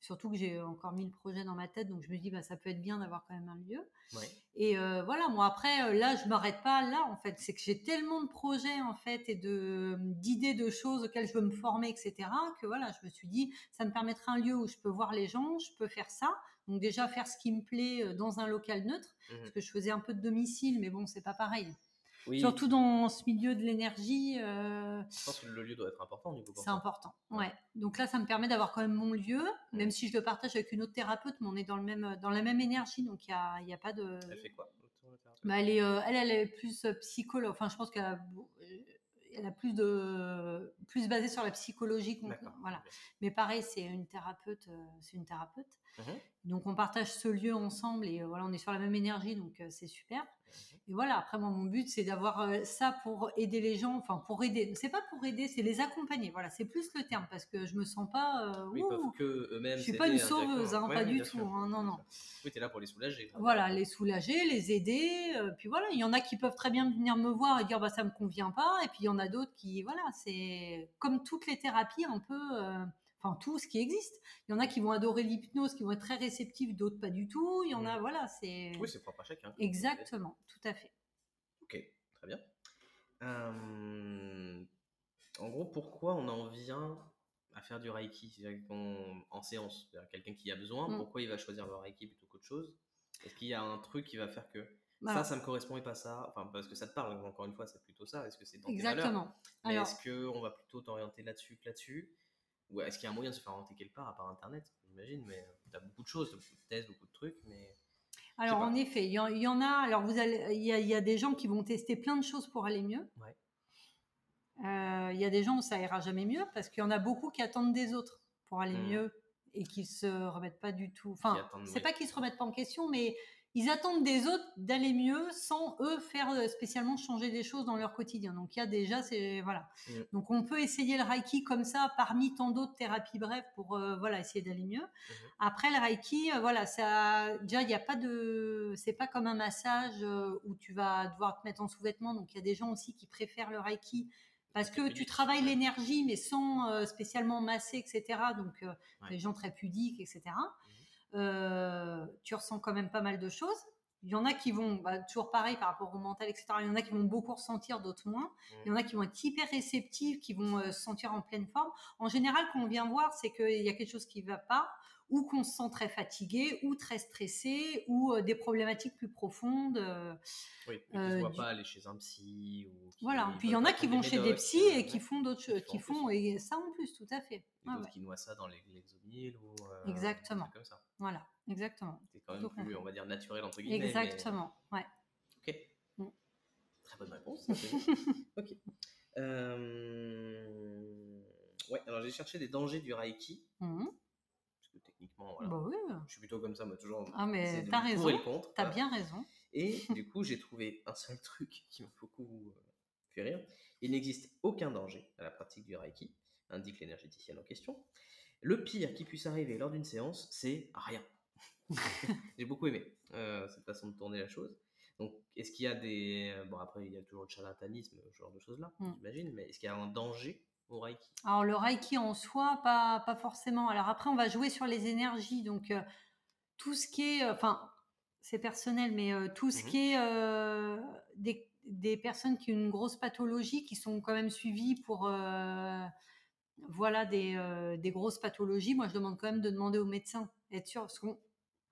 Surtout que j'ai encore mille projets dans ma tête, donc je me dis, bah, ça peut être bien d'avoir quand même un lieu.
Ouais.
Et euh, voilà, moi après, euh, là, je m'arrête pas là, en fait. C'est que j'ai tellement de projets, en fait, et de d'idées de choses auxquelles je veux me former, etc., que voilà, je me suis dit, ça me permettra un lieu où je peux voir les gens, je peux faire ça. Donc déjà, faire ce qui me plaît euh, dans un local neutre,
Mhm.
parce que je faisais un peu de domicile, mais bon, c'est pas pareil.
Oui,
Surtout dans ce milieu de l'énergie, euh,
je pense que le lieu doit être important du coup. pour
c'est
toi.
important.
Ouais.
Ouais. Donc là, ça me permet d'avoir quand même mon lieu, même
Ouais.
si je le partage avec une autre thérapeute, mais on est dans, le même, dans la même énergie, donc il n'y a, il y a pas de.
Elle fait quoi autour de la thérapeute
Bah, elle, est, euh, elle, elle est plus euh, psychologue. Enfin, je pense qu'elle a, beau- euh, elle a plus de. plus basée sur la psychologie. qu'on-
D'accord.
Voilà. Mais pareil, c'est une thérapeute. euh, c'est une thérapeute.
Mhm.
Donc on partage ce lieu ensemble et euh, voilà, on est sur la même énergie, donc euh, c'est
Mmh
super. Et voilà, après moi mon but c'est d'avoir euh, ça pour aider les gens, enfin pour aider, c'est pas pour aider, c'est les accompagner. Voilà, c'est plus le terme parce que je me sens pas euh,
Oui, ils peuvent
ouh,
que eux-mêmes.
je suis pas
s'aider
une sauveuse,
indirectement.
hein,
Ouais,
pas
oui,
du
bien
tout,
sûr.
hein, non, non.
Oui, t'es là pour les soulager.
voilà, les soulager, les aider, euh, puis voilà, il y en a qui peuvent très bien venir me voir et dire bah ça me convient pas et puis il y en a d'autres qui voilà, c'est comme toutes les thérapies un peu euh, Enfin, tout ce qui existe. Il y en a qui vont adorer l'hypnose, qui vont être très réceptifs, d'autres pas du tout. Il y en a, voilà, c'est.
Mmh. Oui, c'est propre à chacun.
Exactement, tout à fait.
Ok, très bien. Euh, en gros, pourquoi on en vient à faire du Reiki C'est-à-dire qu'on- en séance C'est-à-dire Quelqu'un qui a besoin,
Mm.
pourquoi il va choisir le Reiki plutôt qu'autre chose Est-ce qu'il y a un truc qui va faire que
Voilà.
ça, ça me correspond et pas ça Enfin, parce que ça te parle, encore une fois, c'est plutôt ça. Est-ce que c'est dans tes valeurs
Exactement.
Mais
Alors,
est-ce qu'on va plutôt t'orienter là-dessus que là-dessus Ou est-ce qu'il y a un moyen de se faire orienter quelque part, à part Internet J'imagine, mais euh, t'as beaucoup de choses, t'as beaucoup de thèses, beaucoup de trucs, mais...
alors
pas.
en effet, il y, en- il y en a. Alors vous allez, il y, a- il y a des gens qui vont tester plein de choses pour aller mieux.
Ouais.
Euh, Il y a des gens où ça ira jamais mieux parce qu'il y en a beaucoup qui attendent des autres pour aller
Mhm.
mieux et qui se remettent pas du tout. Enfin,
attendent,
c'est
oui.
pas qu'ils se remettent pas en question, mais ils attendent des autres d'aller mieux sans eux faire euh, spécialement changer des choses dans leur quotidien. Donc il y a déjà, c'est voilà.
Mhm.
Donc on peut essayer le reiki comme ça parmi tant d'autres thérapies brèves pour euh, voilà essayer d'aller mieux. Après le Reiki, euh, voilà, ça, déjà il n'y a pas de, c'est pas comme un massage euh, où tu vas devoir te mettre en sous-vêtements. Donc il y a des gens aussi qui préfèrent le Reiki parce que tu
pudique,
travailles
ouais.
l'énergie mais sans euh, spécialement masser, etc. Donc euh,
Ouais. Mmh
les gens très pudiques, etc. euh, tu ressens quand même pas mal de choses. Il y en a qui vont, bah, toujours pareil par rapport au mental, etc. Il y en a qui vont beaucoup ressentir, d'autres moins. Il
Mmh.
y en a qui vont être hyper réceptifs, qui vont euh, se sentir en pleine forme. En général, quand on vient voir, c'est qu'il y a quelque chose qui va pas, ou qu'on se sent très fatigué, ou très stressé, ou euh, des problématiques plus profondes. euh,
Oui,
Euh,
ne voient
du-
pas aller chez un psy. Ou qui
voilà.
veulent
Puis il y en a
prendre
qui vont chez des
médocs,
psys
euh,
et qui
ouais.
font d'autres choses,
Qui font
qui
en
font,
plus.
et ça en plus, tout à fait.
Et
Ouais,
d'autres
ouais.
qui noient ça dans les- l'exomil ou. euh,
Exactement.
des trucs Comme ça.
Voilà, exactement.
C'est quand même
Tout à
plus,
fait.
on va dire, naturel entre guillemets. mais-
Exactement, ouais.
Ok.
Mm.
Très bonne réponse. ça, c'est bien. ok. Euh, Ouais, alors j'ai cherché des dangers du Reiki.
Mhm.
Parce que techniquement, voilà.
Bah oui,
Je suis plutôt comme ça, moi, toujours.
Ah, mais
j'essaie de
t'as
le pour
raison,
et le contre,
t'as
voilà.
bien raison.
Et du coup, j'ai trouvé un seul truc qui m'a beaucoup euh, fait rire. Il n'existe aucun danger à la pratique du Reiki, indique l'énergéticienne en question. Le pire qui puisse arriver lors d'une séance, c'est rien. j'ai beaucoup aimé euh, cette façon de tourner la chose. Donc, est-ce qu'il y a des. euh, Bon, après, il y a toujours le charlatanisme, ce genre de choses-là,
Mm.
j'imagine, mais est-ce qu'il y a un danger au Reiki
Alors le Reiki en soi, pas, pas forcément. Alors après, on va jouer sur les énergies. Donc euh, tout ce qui est, euh, enfin, c'est personnel, mais euh, tout ce
Mhm.
qui est euh, des, des personnes qui ont une grosse pathologie, qui sont quand même suivies pour, euh, voilà, des, euh, des grosses pathologies. Moi, je demande quand même de demander au médecin, être sûr, parce que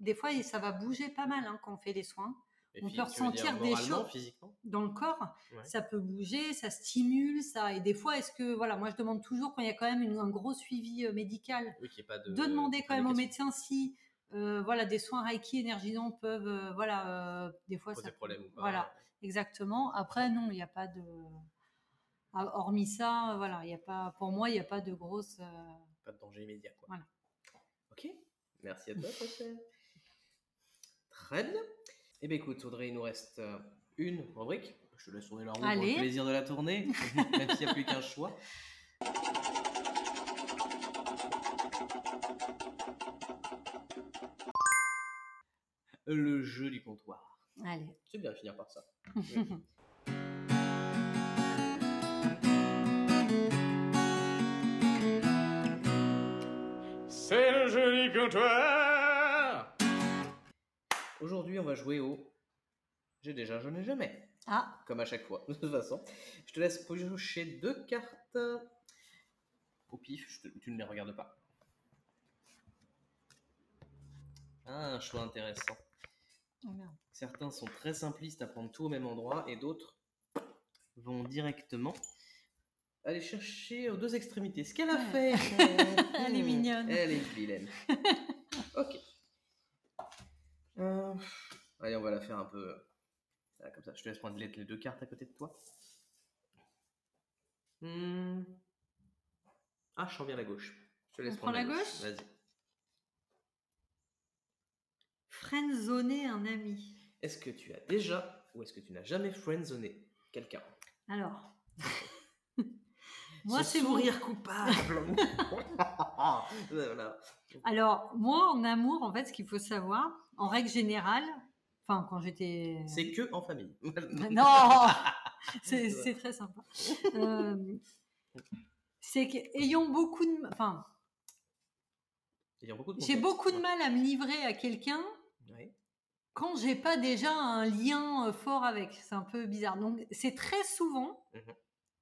des fois, et ça va bouger pas mal hein, quand on fait les soins
Et puis,
On peut
tu veux dire
ressentir des
moralement,
choses.
physiquement
dans le corps,
Ouais.
ça peut bouger, ça stimule, ça. Et des fois, est-ce que voilà, moi je demande toujours quand il y a quand même une- un gros suivi euh, médical
Oui, qu'il n'y ait pas de.
de, demander quand même au
d'indication.
médecin si euh, voilà des soins Reiki énergisants peuvent euh, voilà euh, des fois
Poser
ça
problème ou pas.
Voilà, exactement. Après non, il n'y a pas de ah, hormis ça, euh, voilà, il n'y a pas pour moi il n'y a pas de grosse. euh,
pas de danger immédiat. Quoi.
Voilà.
Ok, merci à toi, très cher. Très bien. Eh bien, écoute, Audrey, il nous reste euh, une rubrique. Je te laisse tourner la roue pour
Allez.
le plaisir de la tourner, même s'il n'y a plus qu'un choix. Le jeu du comptoir.
Allez.
C'est bien de finir par ça.
C'est le joli comptoir
Aujourd'hui, on va jouer au J'ai déjà, je n'ai jamais.
ah
comme à chaque fois, de toute façon. Je te laisse piocher deux cartes. Au pif, je te- tu ne les regardes pas. Ah, un choix intéressant.
oh merde.
Certains sont très simplistes à prendre tout au même endroit et d'autres vont directement aller chercher aux deux extrémités. Ce qu'elle a
Ouais.
fait
Elle est
Hmm,
mignonne.
Elle est vilaine. ok. Euh, allez, on va la faire un peu. voilà, comme ça, je te laisse prendre les les deux cartes à côté de toi. Hmm. Ah, je sens bien la gauche. Je te laisse
On prend
prendre
la gauche
Vas-y.
Friendzoner un ami.
Est-ce que tu as déjà ou est-ce que tu n'as jamais friendzoné quelqu'un
Alors.
Ce
Moi, c'est mon-
sourire
Ah.
coupable. Voilà.
Alors, moi, en amour, en fait, ce qu'il faut savoir, en règle générale, enfin, quand j'étais.
C'est que en famille.
Non C'est c'est très sympa. Euh, c'est qu'ayant beaucoup de. Enfin,
Ayant beaucoup de
j'ai
contacts.
beaucoup de mal à me livrer à quelqu'un
Ouais.
quand j'ai pas déjà un lien euh, fort avec. C'est un peu bizarre. Donc, c'est très souvent
Mhm.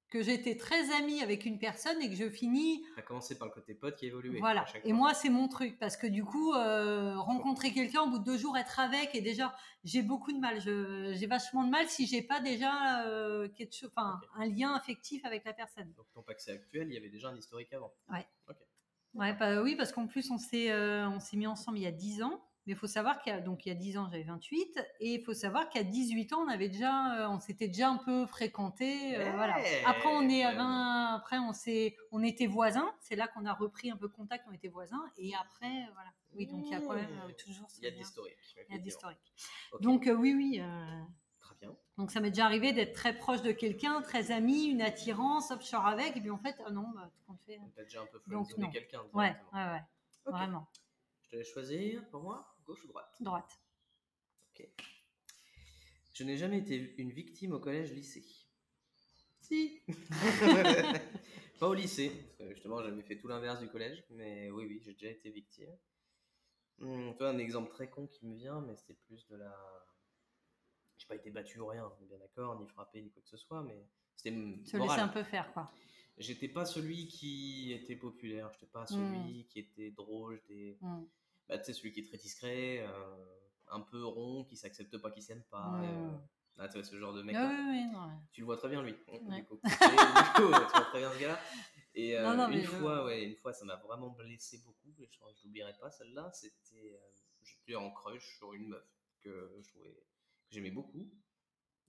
que j'étais très amie avec une personne et que je finis
T'as commencé par le côté pote qui a évolué. à
Voilà.
chaque
Et
fois.
moi, c'est mon truc parce que du coup, euh, rencontrer quelqu'un au bout de deux jours, être avec et déjà, j'ai beaucoup de mal. Je- J'ai vachement de mal si j'ai pas déjà euh, quelque chose, enfin,
Ok.
un lien affectif avec la personne.
Donc ton pack c'est actuel, il y avait déjà un historique avant.
Ouais, bah oui, parce qu'en plus, on s'est euh, on s'est mis ensemble il y a 10 ans. Mais il faut savoir qu'il y a donc il y a 10 ans, j'avais 28 et il faut savoir qu'à 18 ans, on avait déjà euh, on s'était déjà un peu fréquenté euh, voilà.
Ouais.
Après on est à
Ouais.
20 après on s'est on était voisins, c'est là qu'on a repris un peu contact, on était voisins et après euh, voilà. Oui, donc il y a quand même euh,
Mmh.
toujours ce
Il y a
lien.
de l'historique.
Il y a de
effectivement.
l'historique.
Ok.
Donc euh, oui oui, euh,
Très bien.
donc ça m'est déjà arrivé d'être très proche de quelqu'un, très ami, une attirance, hop, je sors avec et puis en fait, ah non, bah, tout compte fait.
Donc t'as déjà un peu
Donc,
friendzoné
non.
quelqu'un.
Ouais,
directement.
ouais ouais,
Ok.
vraiment.
Je te laisse choisir pour moi, gauche ou droite.
Droite.
Je n'ai jamais été une victime au collège-lycée. Si Pas Euh, au lycée, parce que justement j'avais fait tout l'inverse du collège, mais oui, oui, j'ai déjà été victime. Hmm, tu vois, un exemple très con qui me vient, mais c'est plus de la. J'ai pas été battu ou rien, on est bien d'accord, ni frappé, ni quoi que ce soit, mais c'était m-
Se
moral.
laisser un peu faire, quoi.
J'étais pas celui qui était populaire, j'étais pas
Hmm.
celui qui était drôle, j'étais.
Mm.
Bah, tu sais, celui qui est très discret, euh, un peu rond, qui s'accepte pas, qui s'aime pas.
Mm.
euh, Ah, tu vois, ce genre de mec.
Ah oui, oui, non, ouais.
Tu le vois très bien, lui. hein, du
Ouais.
coup. Et du coup, tu vois très bien ce gars-là. Et euh,
Non, non, mais
une,
je-
fois, ouais, une fois, ça m'a vraiment blessé beaucoup. Et je ne l'oublierai pas, celle-là. C'était. euh, J'étais en crush sur une meuf que je trouvais. que j'aimais beaucoup.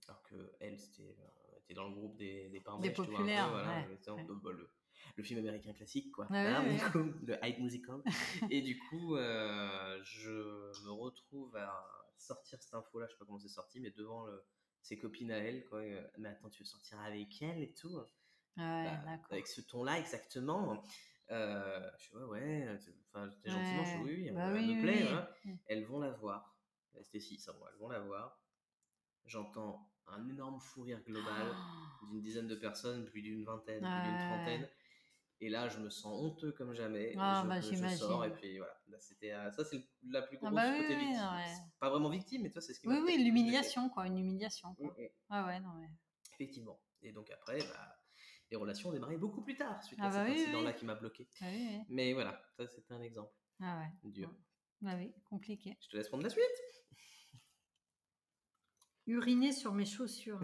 Alors que elle, c'était. euh, elle était dans le groupe des, des parents.
Des populaires, ouais, ouais.
le, le film américain classique, quoi.
Ouais,
Hein,
ouais,
du coup, le hype musical. et du coup, euh, je me retrouve à sortir cette info-là. Je sais pas comment c'est sorti, mais devant le ses copines à elle, quoi. et, euh, mais attends, tu veux sortir avec elle et tout
Ouais,
Bah,
d'accord.
Avec ce ton-là, exactement. Euh, je suis ouais, ouais. euh, c'est- Enfin, j'étais gentiment, je suis oui, oui, elle
Bah
me- elle me
oui, oui,
plaît.
oui.
voilà.
Mm.
Elles vont la voir. Euh, Stécie, ça va, elles vont la voir. J'entends un énorme fou rire
Oh.
global
Ah,
d'une dizaine de personnes, puis d'une vingtaine, puis d'une
Ouais.
trentaine. Et là, je me sens honteux comme jamais.
Ah,
je,
bah,
je sors, et
j'imagine.
puis voilà. Là, c'était, euh, ça, c'est le- la plus
Ah,
grosse
bah oui,
côté
oui,
victime.
ouais.
C'est Pas vraiment victime, mais toi, c'est ce qui
Oui,
m'a-
oui, l'humiliation, quoi. Une humiliation,
Mm,
quoi.
mm.
Ah ouais, non, mais.
Effectivement. Et donc après, bah, les relations ont démarré beaucoup plus tard suite
Ah
à
bah
cet
oui,
incident-là
oui.
qui m'a bloqué.
Ah oui, oui.
Mais voilà, ça c'était un exemple
Ah ouais.
dur.
Ah oui, compliqué.
Je te laisse prendre la suite.
Uriner sur mes chaussures.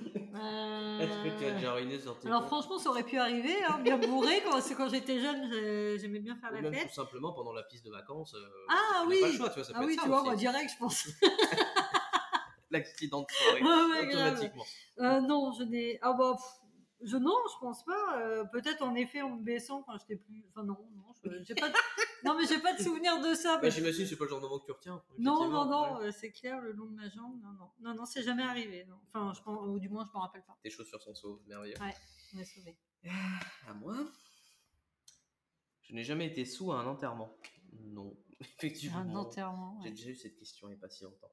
Euh,
Est-ce que tu as déjà ruiné sur tes
Alors
comptes
franchement, ça aurait pu arriver, hein, bien bourré. Quand, c'est quand j'étais jeune, j'ai- j'aimais bien faire
Ou
la
même tout
fête.
simplement pendant la piste de vacances. euh,
Ah
tu n'as Pas
oui.
le choix, tu vois, ça
Ah
peut
oui,
être ça
tu vois,
aussi.
moi direct, je pense.
L'accident de soirée.
Ah ouais, grave.
automatiquement.
Euh, non, je n'ai. Ah bah, pff, je non, je pense pas. Euh, Peut-être en effet en me baissant quand j'étais plus. Enfin non, non, je- j'ai pas. de- non mais j'ai pas de souvenir de ça.
Bah,
mais-
J'imagine que c'est pas le genre de moment que tu retiens.
Non,
effectivement,
non, non,
ouais.
euh, c'est clair, le long de ma jambe, non, non, non, non, c'est jamais arrivé. non. Enfin, je pense, ou du moins, je m'en rappelle pas.
Tes chaussures sont sauves, merveilleux.
On est sauvés.
À moi Je n'ai jamais été sous à un enterrement. Non, effectivement.
Un enterrement.
J'ai
ouais.
déjà eu cette question il n'y a pas si longtemps.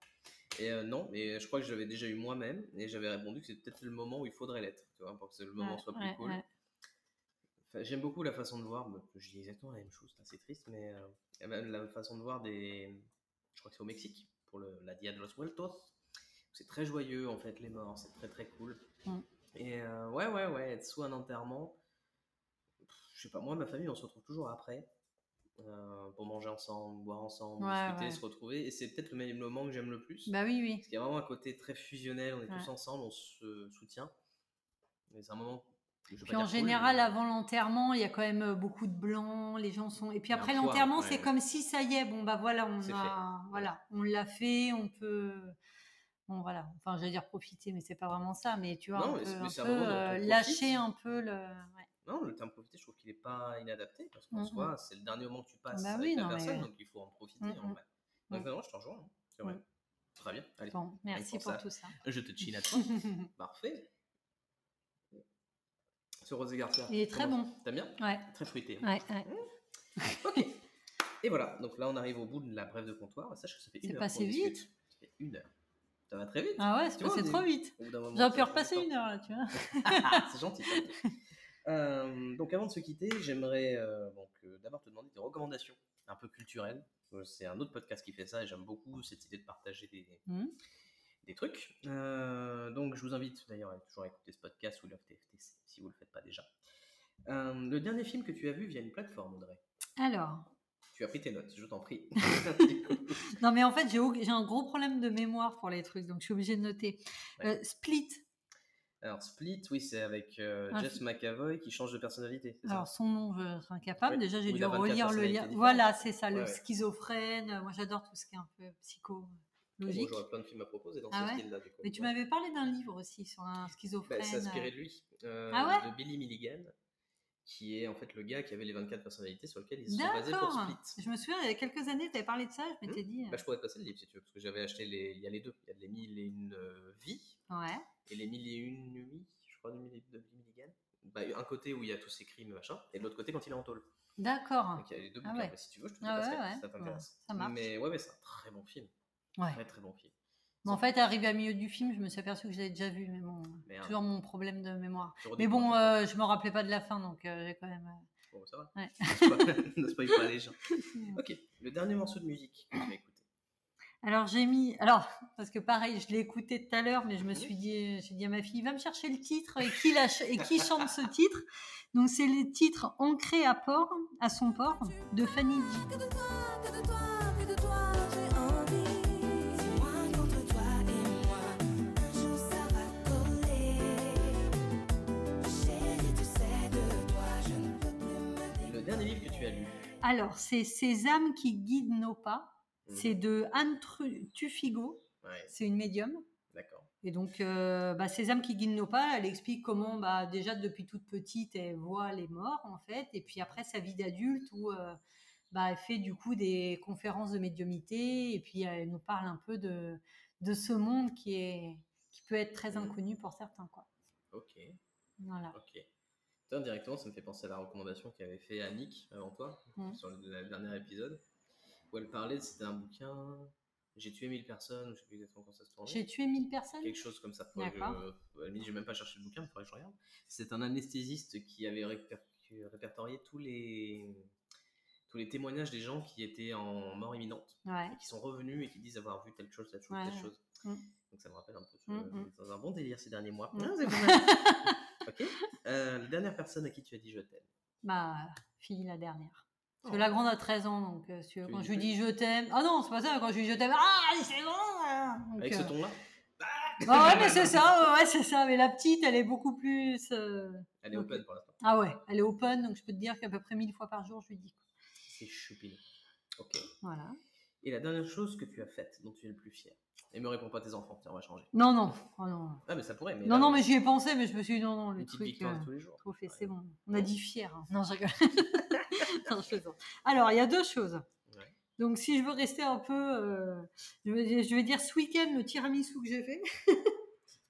Et euh, non, mais je crois que je l'avais déjà eu moi-même et j'avais répondu que c'est peut-être le moment où il faudrait l'être, tu vois, pour que le moment
Ouais,
soit plus
ouais,
cool.
ouais.
Enfin, J'aime beaucoup la façon de voir, bah, je dis exactement la même chose, là, c'est triste, mais euh, eh ben, la façon de voir des. Je crois que c'est au Mexique, pour le, la Dia de los Muertos. C'est très joyeux, en fait, les morts, c'est très très cool.
Mm.
Et euh, ouais, ouais, ouais, être sous un enterrement. pff, Je sais pas, moi, ma famille, on se retrouve toujours après. euh, pour manger ensemble, boire ensemble,
Ouais,
discuter,
ouais.
se retrouver. Et c'est peut-être le même moment que j'aime le plus.
Bah oui, oui.
Parce qu'il y a vraiment un côté très fusionnel, on est tous
Ouais.
ensemble, on se soutient. Mais c'est un moment. que je vais
Puis
pas
en
dire cool,
général,
mais-
avant l'enterrement, il y a quand même euh, beaucoup de blanc, les gens sont. Et
Il
puis
y a un
après
poids,
l'enterrement,
ouais,
c'est
ouais.
comme si ça y est, bon bah voilà, on
C'est
a, voilà, on l'a fait, on peut, bon voilà, enfin j'allais dire profiter, mais c'est pas vraiment ça, mais tu vois,
Non,
on
mais
peut
c'est- mais
un
c'est un
peu,
moment dont on
euh,
profite.
lâcher un peu le. ouais.
Non, le terme profiter, je trouve qu'il n'est pas inadapté parce qu'en
Mhm.
soi, c'est le dernier moment que tu passes
Bah
avec
oui,
la
non, mais
personne,
ouais.
donc il faut en profiter.
Mhm.
en vrai. Donc,
Mhm.
non, non, je t'en rejoins. hein, c'est vrai.
Mhm.
Très bien. Allez,
Bon, merci
pour
pour
ça.
tout ça.
je te chine à toi. Parfait. Ce rosé Garcia.
Il est très
comment-
bon.
T'aimes bien
Ouais,
Très fruité. hein.
ouais, ouais.
Ok. Et voilà. Donc là, on arrive au bout de la brève de comptoir. Sache que ça fait
C'est
une heure.
passé
qu'on discute.
vite.
Ça fait une heure. Ça va très vite.
Ah ouais, c'est
Tu vois,
passé
on est-
trop vite.
Au bout d'un moment,
J'aurais
ça
pu
prend
repasser
du temps.
une heure là, tu vois.
Ah, c'est gentil. ça. Euh, donc avant de se quitter, j'aimerais euh, donc euh, d'abord te demander des recommandations un peu culturelles. Euh, C'est un autre podcast qui fait ça et j'aime beaucoup cette idée de partager des,
Mhm.
des trucs. Euh, donc je vous invite d'ailleurs à toujours écouter ce podcast ou le FTFTC si vous le faites pas déjà. Euh, le dernier film que tu as vu via une plateforme, Audrey.
Alors,
Tu as pris tes notes, je t'en prie.
non mais en fait, j'ai au- j'ai un gros problème de mémoire pour les trucs, donc je suis obligée de noter.
Ouais.
Euh, Split.
Alors Split, oui, c'est avec euh,
Un
Jess McAvoy qui change de personnalité. c'est ça
Ah, Alors son nom, je serais incapable.
Oui.
Déjà, j'ai
Ou il
dû
a 24
relire le
personnalités
lien.
différentes.
Voilà, c'est ça,
Ouais,
le
ouais.
schizophrène. Moi, j'adore tout ce qui est un peu psycho, euh,
Bon,
logique.
J'aurais plein de films à proposer dans
Ah
ce
ouais
style-là. du coup.
Mais tu
Ouais.
m'avais parlé d'un livre aussi sur un
Bah,
schizophrène.
c'est inspiré de lui, euh,
Ah ouais
de Billy Milligan, qui est en fait le gars qui avait les 24 personnalités sur lesquelles ils se sont basés pour
D'accord.
Split.
Je me souviens, il y a quelques années, tu avais parlé de ça. Je m'étais dit.
Bah, je pourrais te passer le livre si tu veux, parce que j'avais acheté les. Il y a les deux. Il y a les mille et une euh, vies
euh, Ouais.
et les mille et une nuits, je crois, de Billy de Billy Milligan. Bah, un côté où il y a tous ces crimes machin, et de l'autre côté quand il est en tôle.
D'accord.
Donc il y a les deux
Ah
bouquins.
ouais.
Bah, si tu veux, je te les
Ah ouais,
passerai,
ouais.
si ça t'intéresse.
Ouais, ça marche.
Mais ouais, mais c'est un très bon film.
Ouais.
Très très bon film.
Mais en fait, arrivé à milieu du film, je me suis aperçue que je l'avais déjà vu, mais bon,
Merde.
toujours mon problème de mémoire.
Tu
Mais
redécouvres.
bon, euh, je me rappelais pas de la fin, donc euh, j'ai quand même. euh,
Bon, ça va. N'est-ce hein.
Ouais.
pas- N'est-ce pas, il faut aller, genre. Ok, le dernier morceau de musique que tu vas écouter.
Alors j'ai mis, alors parce que pareil, je l'ai écouté tout à l'heure, mais je me suis dit, euh, j'ai dit à ma fille, va me chercher le titre et qui lâche et qui chante ce titre. Donc c'est le titre Ancré à port, à son port, de Fanny G.
Que de toi, que de toi, que de toi, j'ai envie. C'est moi contre toi et moi. Un jour ça va coller. Chérie, tu sais de toi, je ne peux plus me
Le dernier livre que tu as lu.
Alors c'est Ces âmes qui guident nos pas. C'est de Anne Tru- Tufigo,
Ouais,
c'est une médium.
d'accord.
Et donc, euh, bah, Sésame qui guide nos pas, elle explique comment, bah, déjà depuis toute petite, elle voit les morts, en fait. Et puis après, sa vie d'adulte où euh, bah, elle fait du coup des conférences de médiumnité. Et puis, elle nous parle un peu de, de ce monde qui, est, qui peut être très
Mhm.
inconnu pour certains. Quoi.
Ok,
Voilà.
ok. Putain, directement, ça me fait penser à la recommandation qu'avait fait Annick avant toi,
Mhm.
sur le, le dernier épisode, où elle parlait, c'était un bouquin, J'ai tué 1000 personnes, je sais plus exactement comment ça se tournait.
J'ai tué 1000 personnes
quelque chose comme ça. Faudrait que
D'accord.
je- euh, à la limite, j'ai même pas cherché le bouquin, mais faudrait que je regarde. C'est un anesthésiste qui avait répercu- répertorié tous les tous les témoignages des gens qui étaient en mort imminente,
Ouais.
et qui sont revenus et qui disent avoir vu telle chose, telle chose,
Ouais,
telle
ouais.
chose.
Mm.
Donc ça me rappelle un peu ce- euh,
Mm, mm.
dans un bon délire ces derniers mois.
Mm.
Ah, c'est pas mal. ok. Euh, la dernière personne à qui tu as dit je t'aime.
Ma fille, Bah, la dernière. Parce que
Oh.
la grande a 13 ans, donc euh, si tu veux,
Tu
quand
lui
je lui
dis
dis je t'aime. Ah non, c'est pas ça, quand je lui dis je t'aime. Ah, c'est bon hein Donc,
Avec ce
euh,
ton-là,
Ah ouais, mais c'est ça, ouais, ouais, c'est ça. Mais la petite, elle est beaucoup plus. euh,
elle est
Ok.
open pour l'instant.
Ah ouais, elle est open, donc je peux te dire qu'à peu près mille fois par jour, je lui dis. quoi.
C'est chupine. Ok.
Voilà.
Et la dernière chose que tu as faite, dont tu es le plus fier. Et me réponds pas tes enfants, tiens, on va changer.
Non, non, oh non.
Ah mais ça pourrait. Mais
Non,
là,
non,
on-
mais j'y ai pensé, mais je me suis dit non, non, le
Une petite
truc.
victoire
euh,
de tous les jours.
trophée,
Ouais.
c'est bon. On a dit fier. hein. Non, je rigole. Non, je plaisante. Alors, il y a deux choses.
Ouais.
Donc, si je veux rester un peu. euh, je, vais, je vais dire ce week-end, le tiramisu que j'ai fait.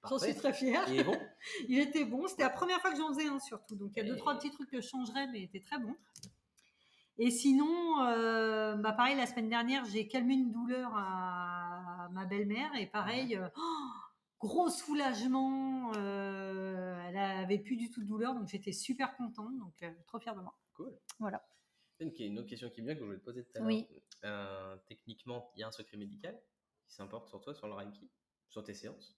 J'en
Parfait.
suis très fière.
Il est bon.
Il était bon. C'était la première fois que j'en faisais un, surtout. Donc, il y a deux,
Et-
trois petits trucs que je changerais, mais il était très bon. Et sinon, euh, bah pareil, la semaine dernière, j'ai calmé une douleur à ma belle-mère. Et pareil, euh, oh, gros soulagement. euh, elle avait plus du tout de douleur, donc j'étais super contente. Donc, euh, trop fière de moi.
Une, qui- une autre question qui me vient que je voulais te poser tout à l'heure.
Oui.
Euh, techniquement, il y a un secret médical qui s'importe sur toi, sur le Reiki, sur tes séances.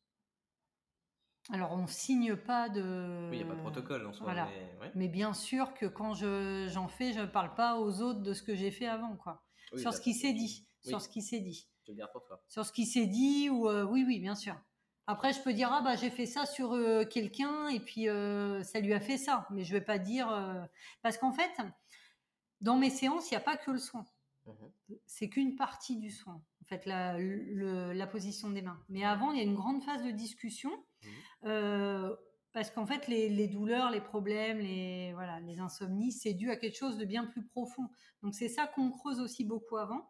Alors, on signe pas de.
Oui, il n'y a pas de protocole en soi.
Euh, voilà.
mais- ouais.
Mais bien sûr que quand je- j'en fais, je ne parle pas aux autres de ce que j'ai fait avant, quoi.
Oui,
sur
là,
ce qui s'est dit.
Oui.
Sur ce qui s'est dit.
Tu le gardes pour toi.
sur ce qui s'est dit ou euh, oui oui bien sûr après je peux dire ah bah j'ai fait ça sur euh, quelqu'un et puis euh, ça lui a fait ça mais je vais pas dire euh, parce qu'en fait dans mes séances il n'y a pas que le soin
Mhm.
c'est qu'une partie du soin en fait la, le- la position des mains mais avant il y a une grande phase de discussion
Mhm.
euh, parce qu'en fait, les, les douleurs, les problèmes, les, voilà, les insomnies, c'est dû à quelque chose de bien plus profond. Donc, c'est ça qu'on creuse aussi beaucoup avant.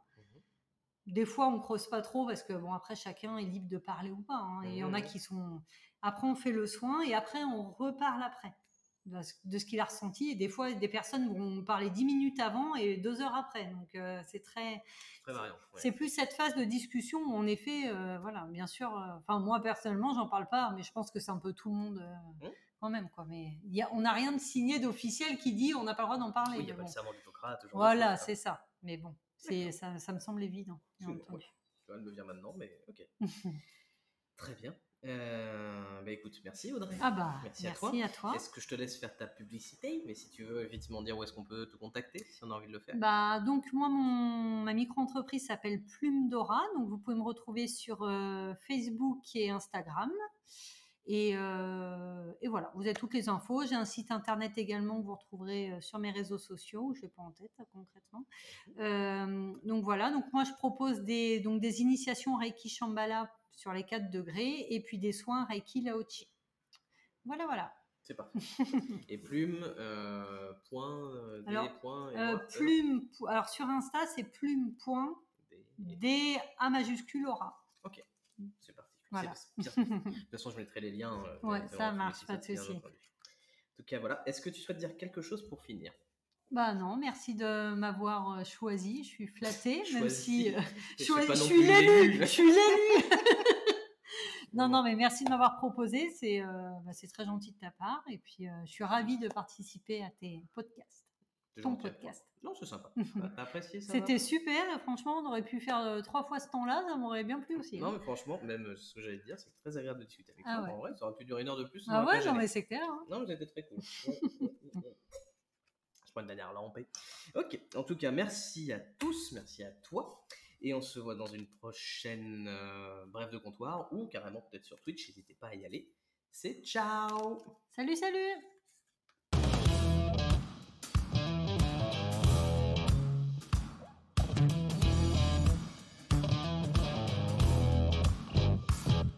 Des fois, on creuse pas trop parce que bon, après, chacun est libre de parler ou pas. hein. Et Il y en a
Mhm.
qui sont. Après, on fait le soin et après, on reparle après de ce- de ce qu'il a ressenti. Et des fois, des personnes vont parler dix minutes avant et deux heures après. Donc, euh, c'est très.
C'est Très variant. ouais.
C'est plus cette phase de discussion où, en effet, euh, voilà, bien sûr. euh, Enfin, moi personnellement, j'en parle pas, mais je pense que c'est un peu tout le monde. euh,
Mhm.
Quand même, quoi. Mais il y a- on n'a rien de signé d'officiel qui dit on n'a pas le droit d'en parler.
Oui, il n'y a pas
mais
le
bon.
serment d'Hippocrate. ce genre de
Voilà,
choses,
c'est ça. Mais bon, c'est
D'accord.
ça, ça me semble évident. bien
Absolument,
entendu.
Tu vois, Elle me vient maintenant, mais ok. Très bien. Euh, bah écoute, merci Audrey.
Ah bah,
Merci
merci,
à toi.
à toi.
Est-ce que je te laisse faire ta publicité Mais si tu veux effectivement dire où est-ce qu'on peut te contacter, si on a envie de le faire.
Bah, donc moi, mon, ma micro-entreprise s'appelle Plume Dora. Donc vous pouvez me retrouver sur euh, Facebook et Instagram. Et, euh, et voilà, vous avez toutes les infos. J'ai un site internet également que vous retrouverez euh, sur mes réseaux sociaux. Je ne l'ai pas en tête là, concrètement. Euh, donc voilà, donc moi je propose des, donc des initiations Reiki Shambhala sur les 4 degrés et puis des soins Reiki Laochi. Voilà, voilà.
C'est parfait. et plume, euh, point, euh, des
Alors,
points. et
Euh,
moi, c'est ça
plume, po- alors sur Insta, c'est plume point
euh, Des-
D A majuscule aura.
C'est parti.
Voilà.
C'est- c'est- c'est- De toute façon, je mettrai les liens. euh,
Ouais,
directement
ça
sur le
marche,
site,
pas de
bien
souci.
entendu. En tout cas, voilà. Est-ce que tu souhaites dire quelque chose pour finir
bah non, merci de m'avoir euh, choisi. Je suis flattée, même
Choisi.
si euh,
Je suis
je suis-
pas
je
non
suis
plus
l'élue.
l'élu.
Je suis l'élue. non, non, mais merci de m'avoir proposé. C'est euh, bah, c'est très gentil de ta part. Et puis, euh, je suis ravie de participer à tes podcasts.
C'était
ton
gentil à toi.
podcast.
Non, c'est sympa. Bah, T'as apprécié ça va
C'était super, franchement, on aurait pu faire euh, trois fois ce temps-là, ça m'aurait bien plu aussi. hein.
Non, mais franchement, même euh, ce que j'allais te dire, c'est très agréable de discuter avec
Ah
toi.
ouais.
En vrai, ça aurait pu durer une heure de plus. ça
ah
m'aurait pas
ouais, non,
gêné.
mais c'est clair. hein.
Non, vous êtes très cool. Mm, Je prends une dernière lampée. Ok, en tout cas, merci à tous, merci à toi. Et on se voit dans une prochaine euh, brève de comptoir ou carrément peut-être sur Twitch. N'hésitez pas à y aller. C'est ciao!
Salut, salut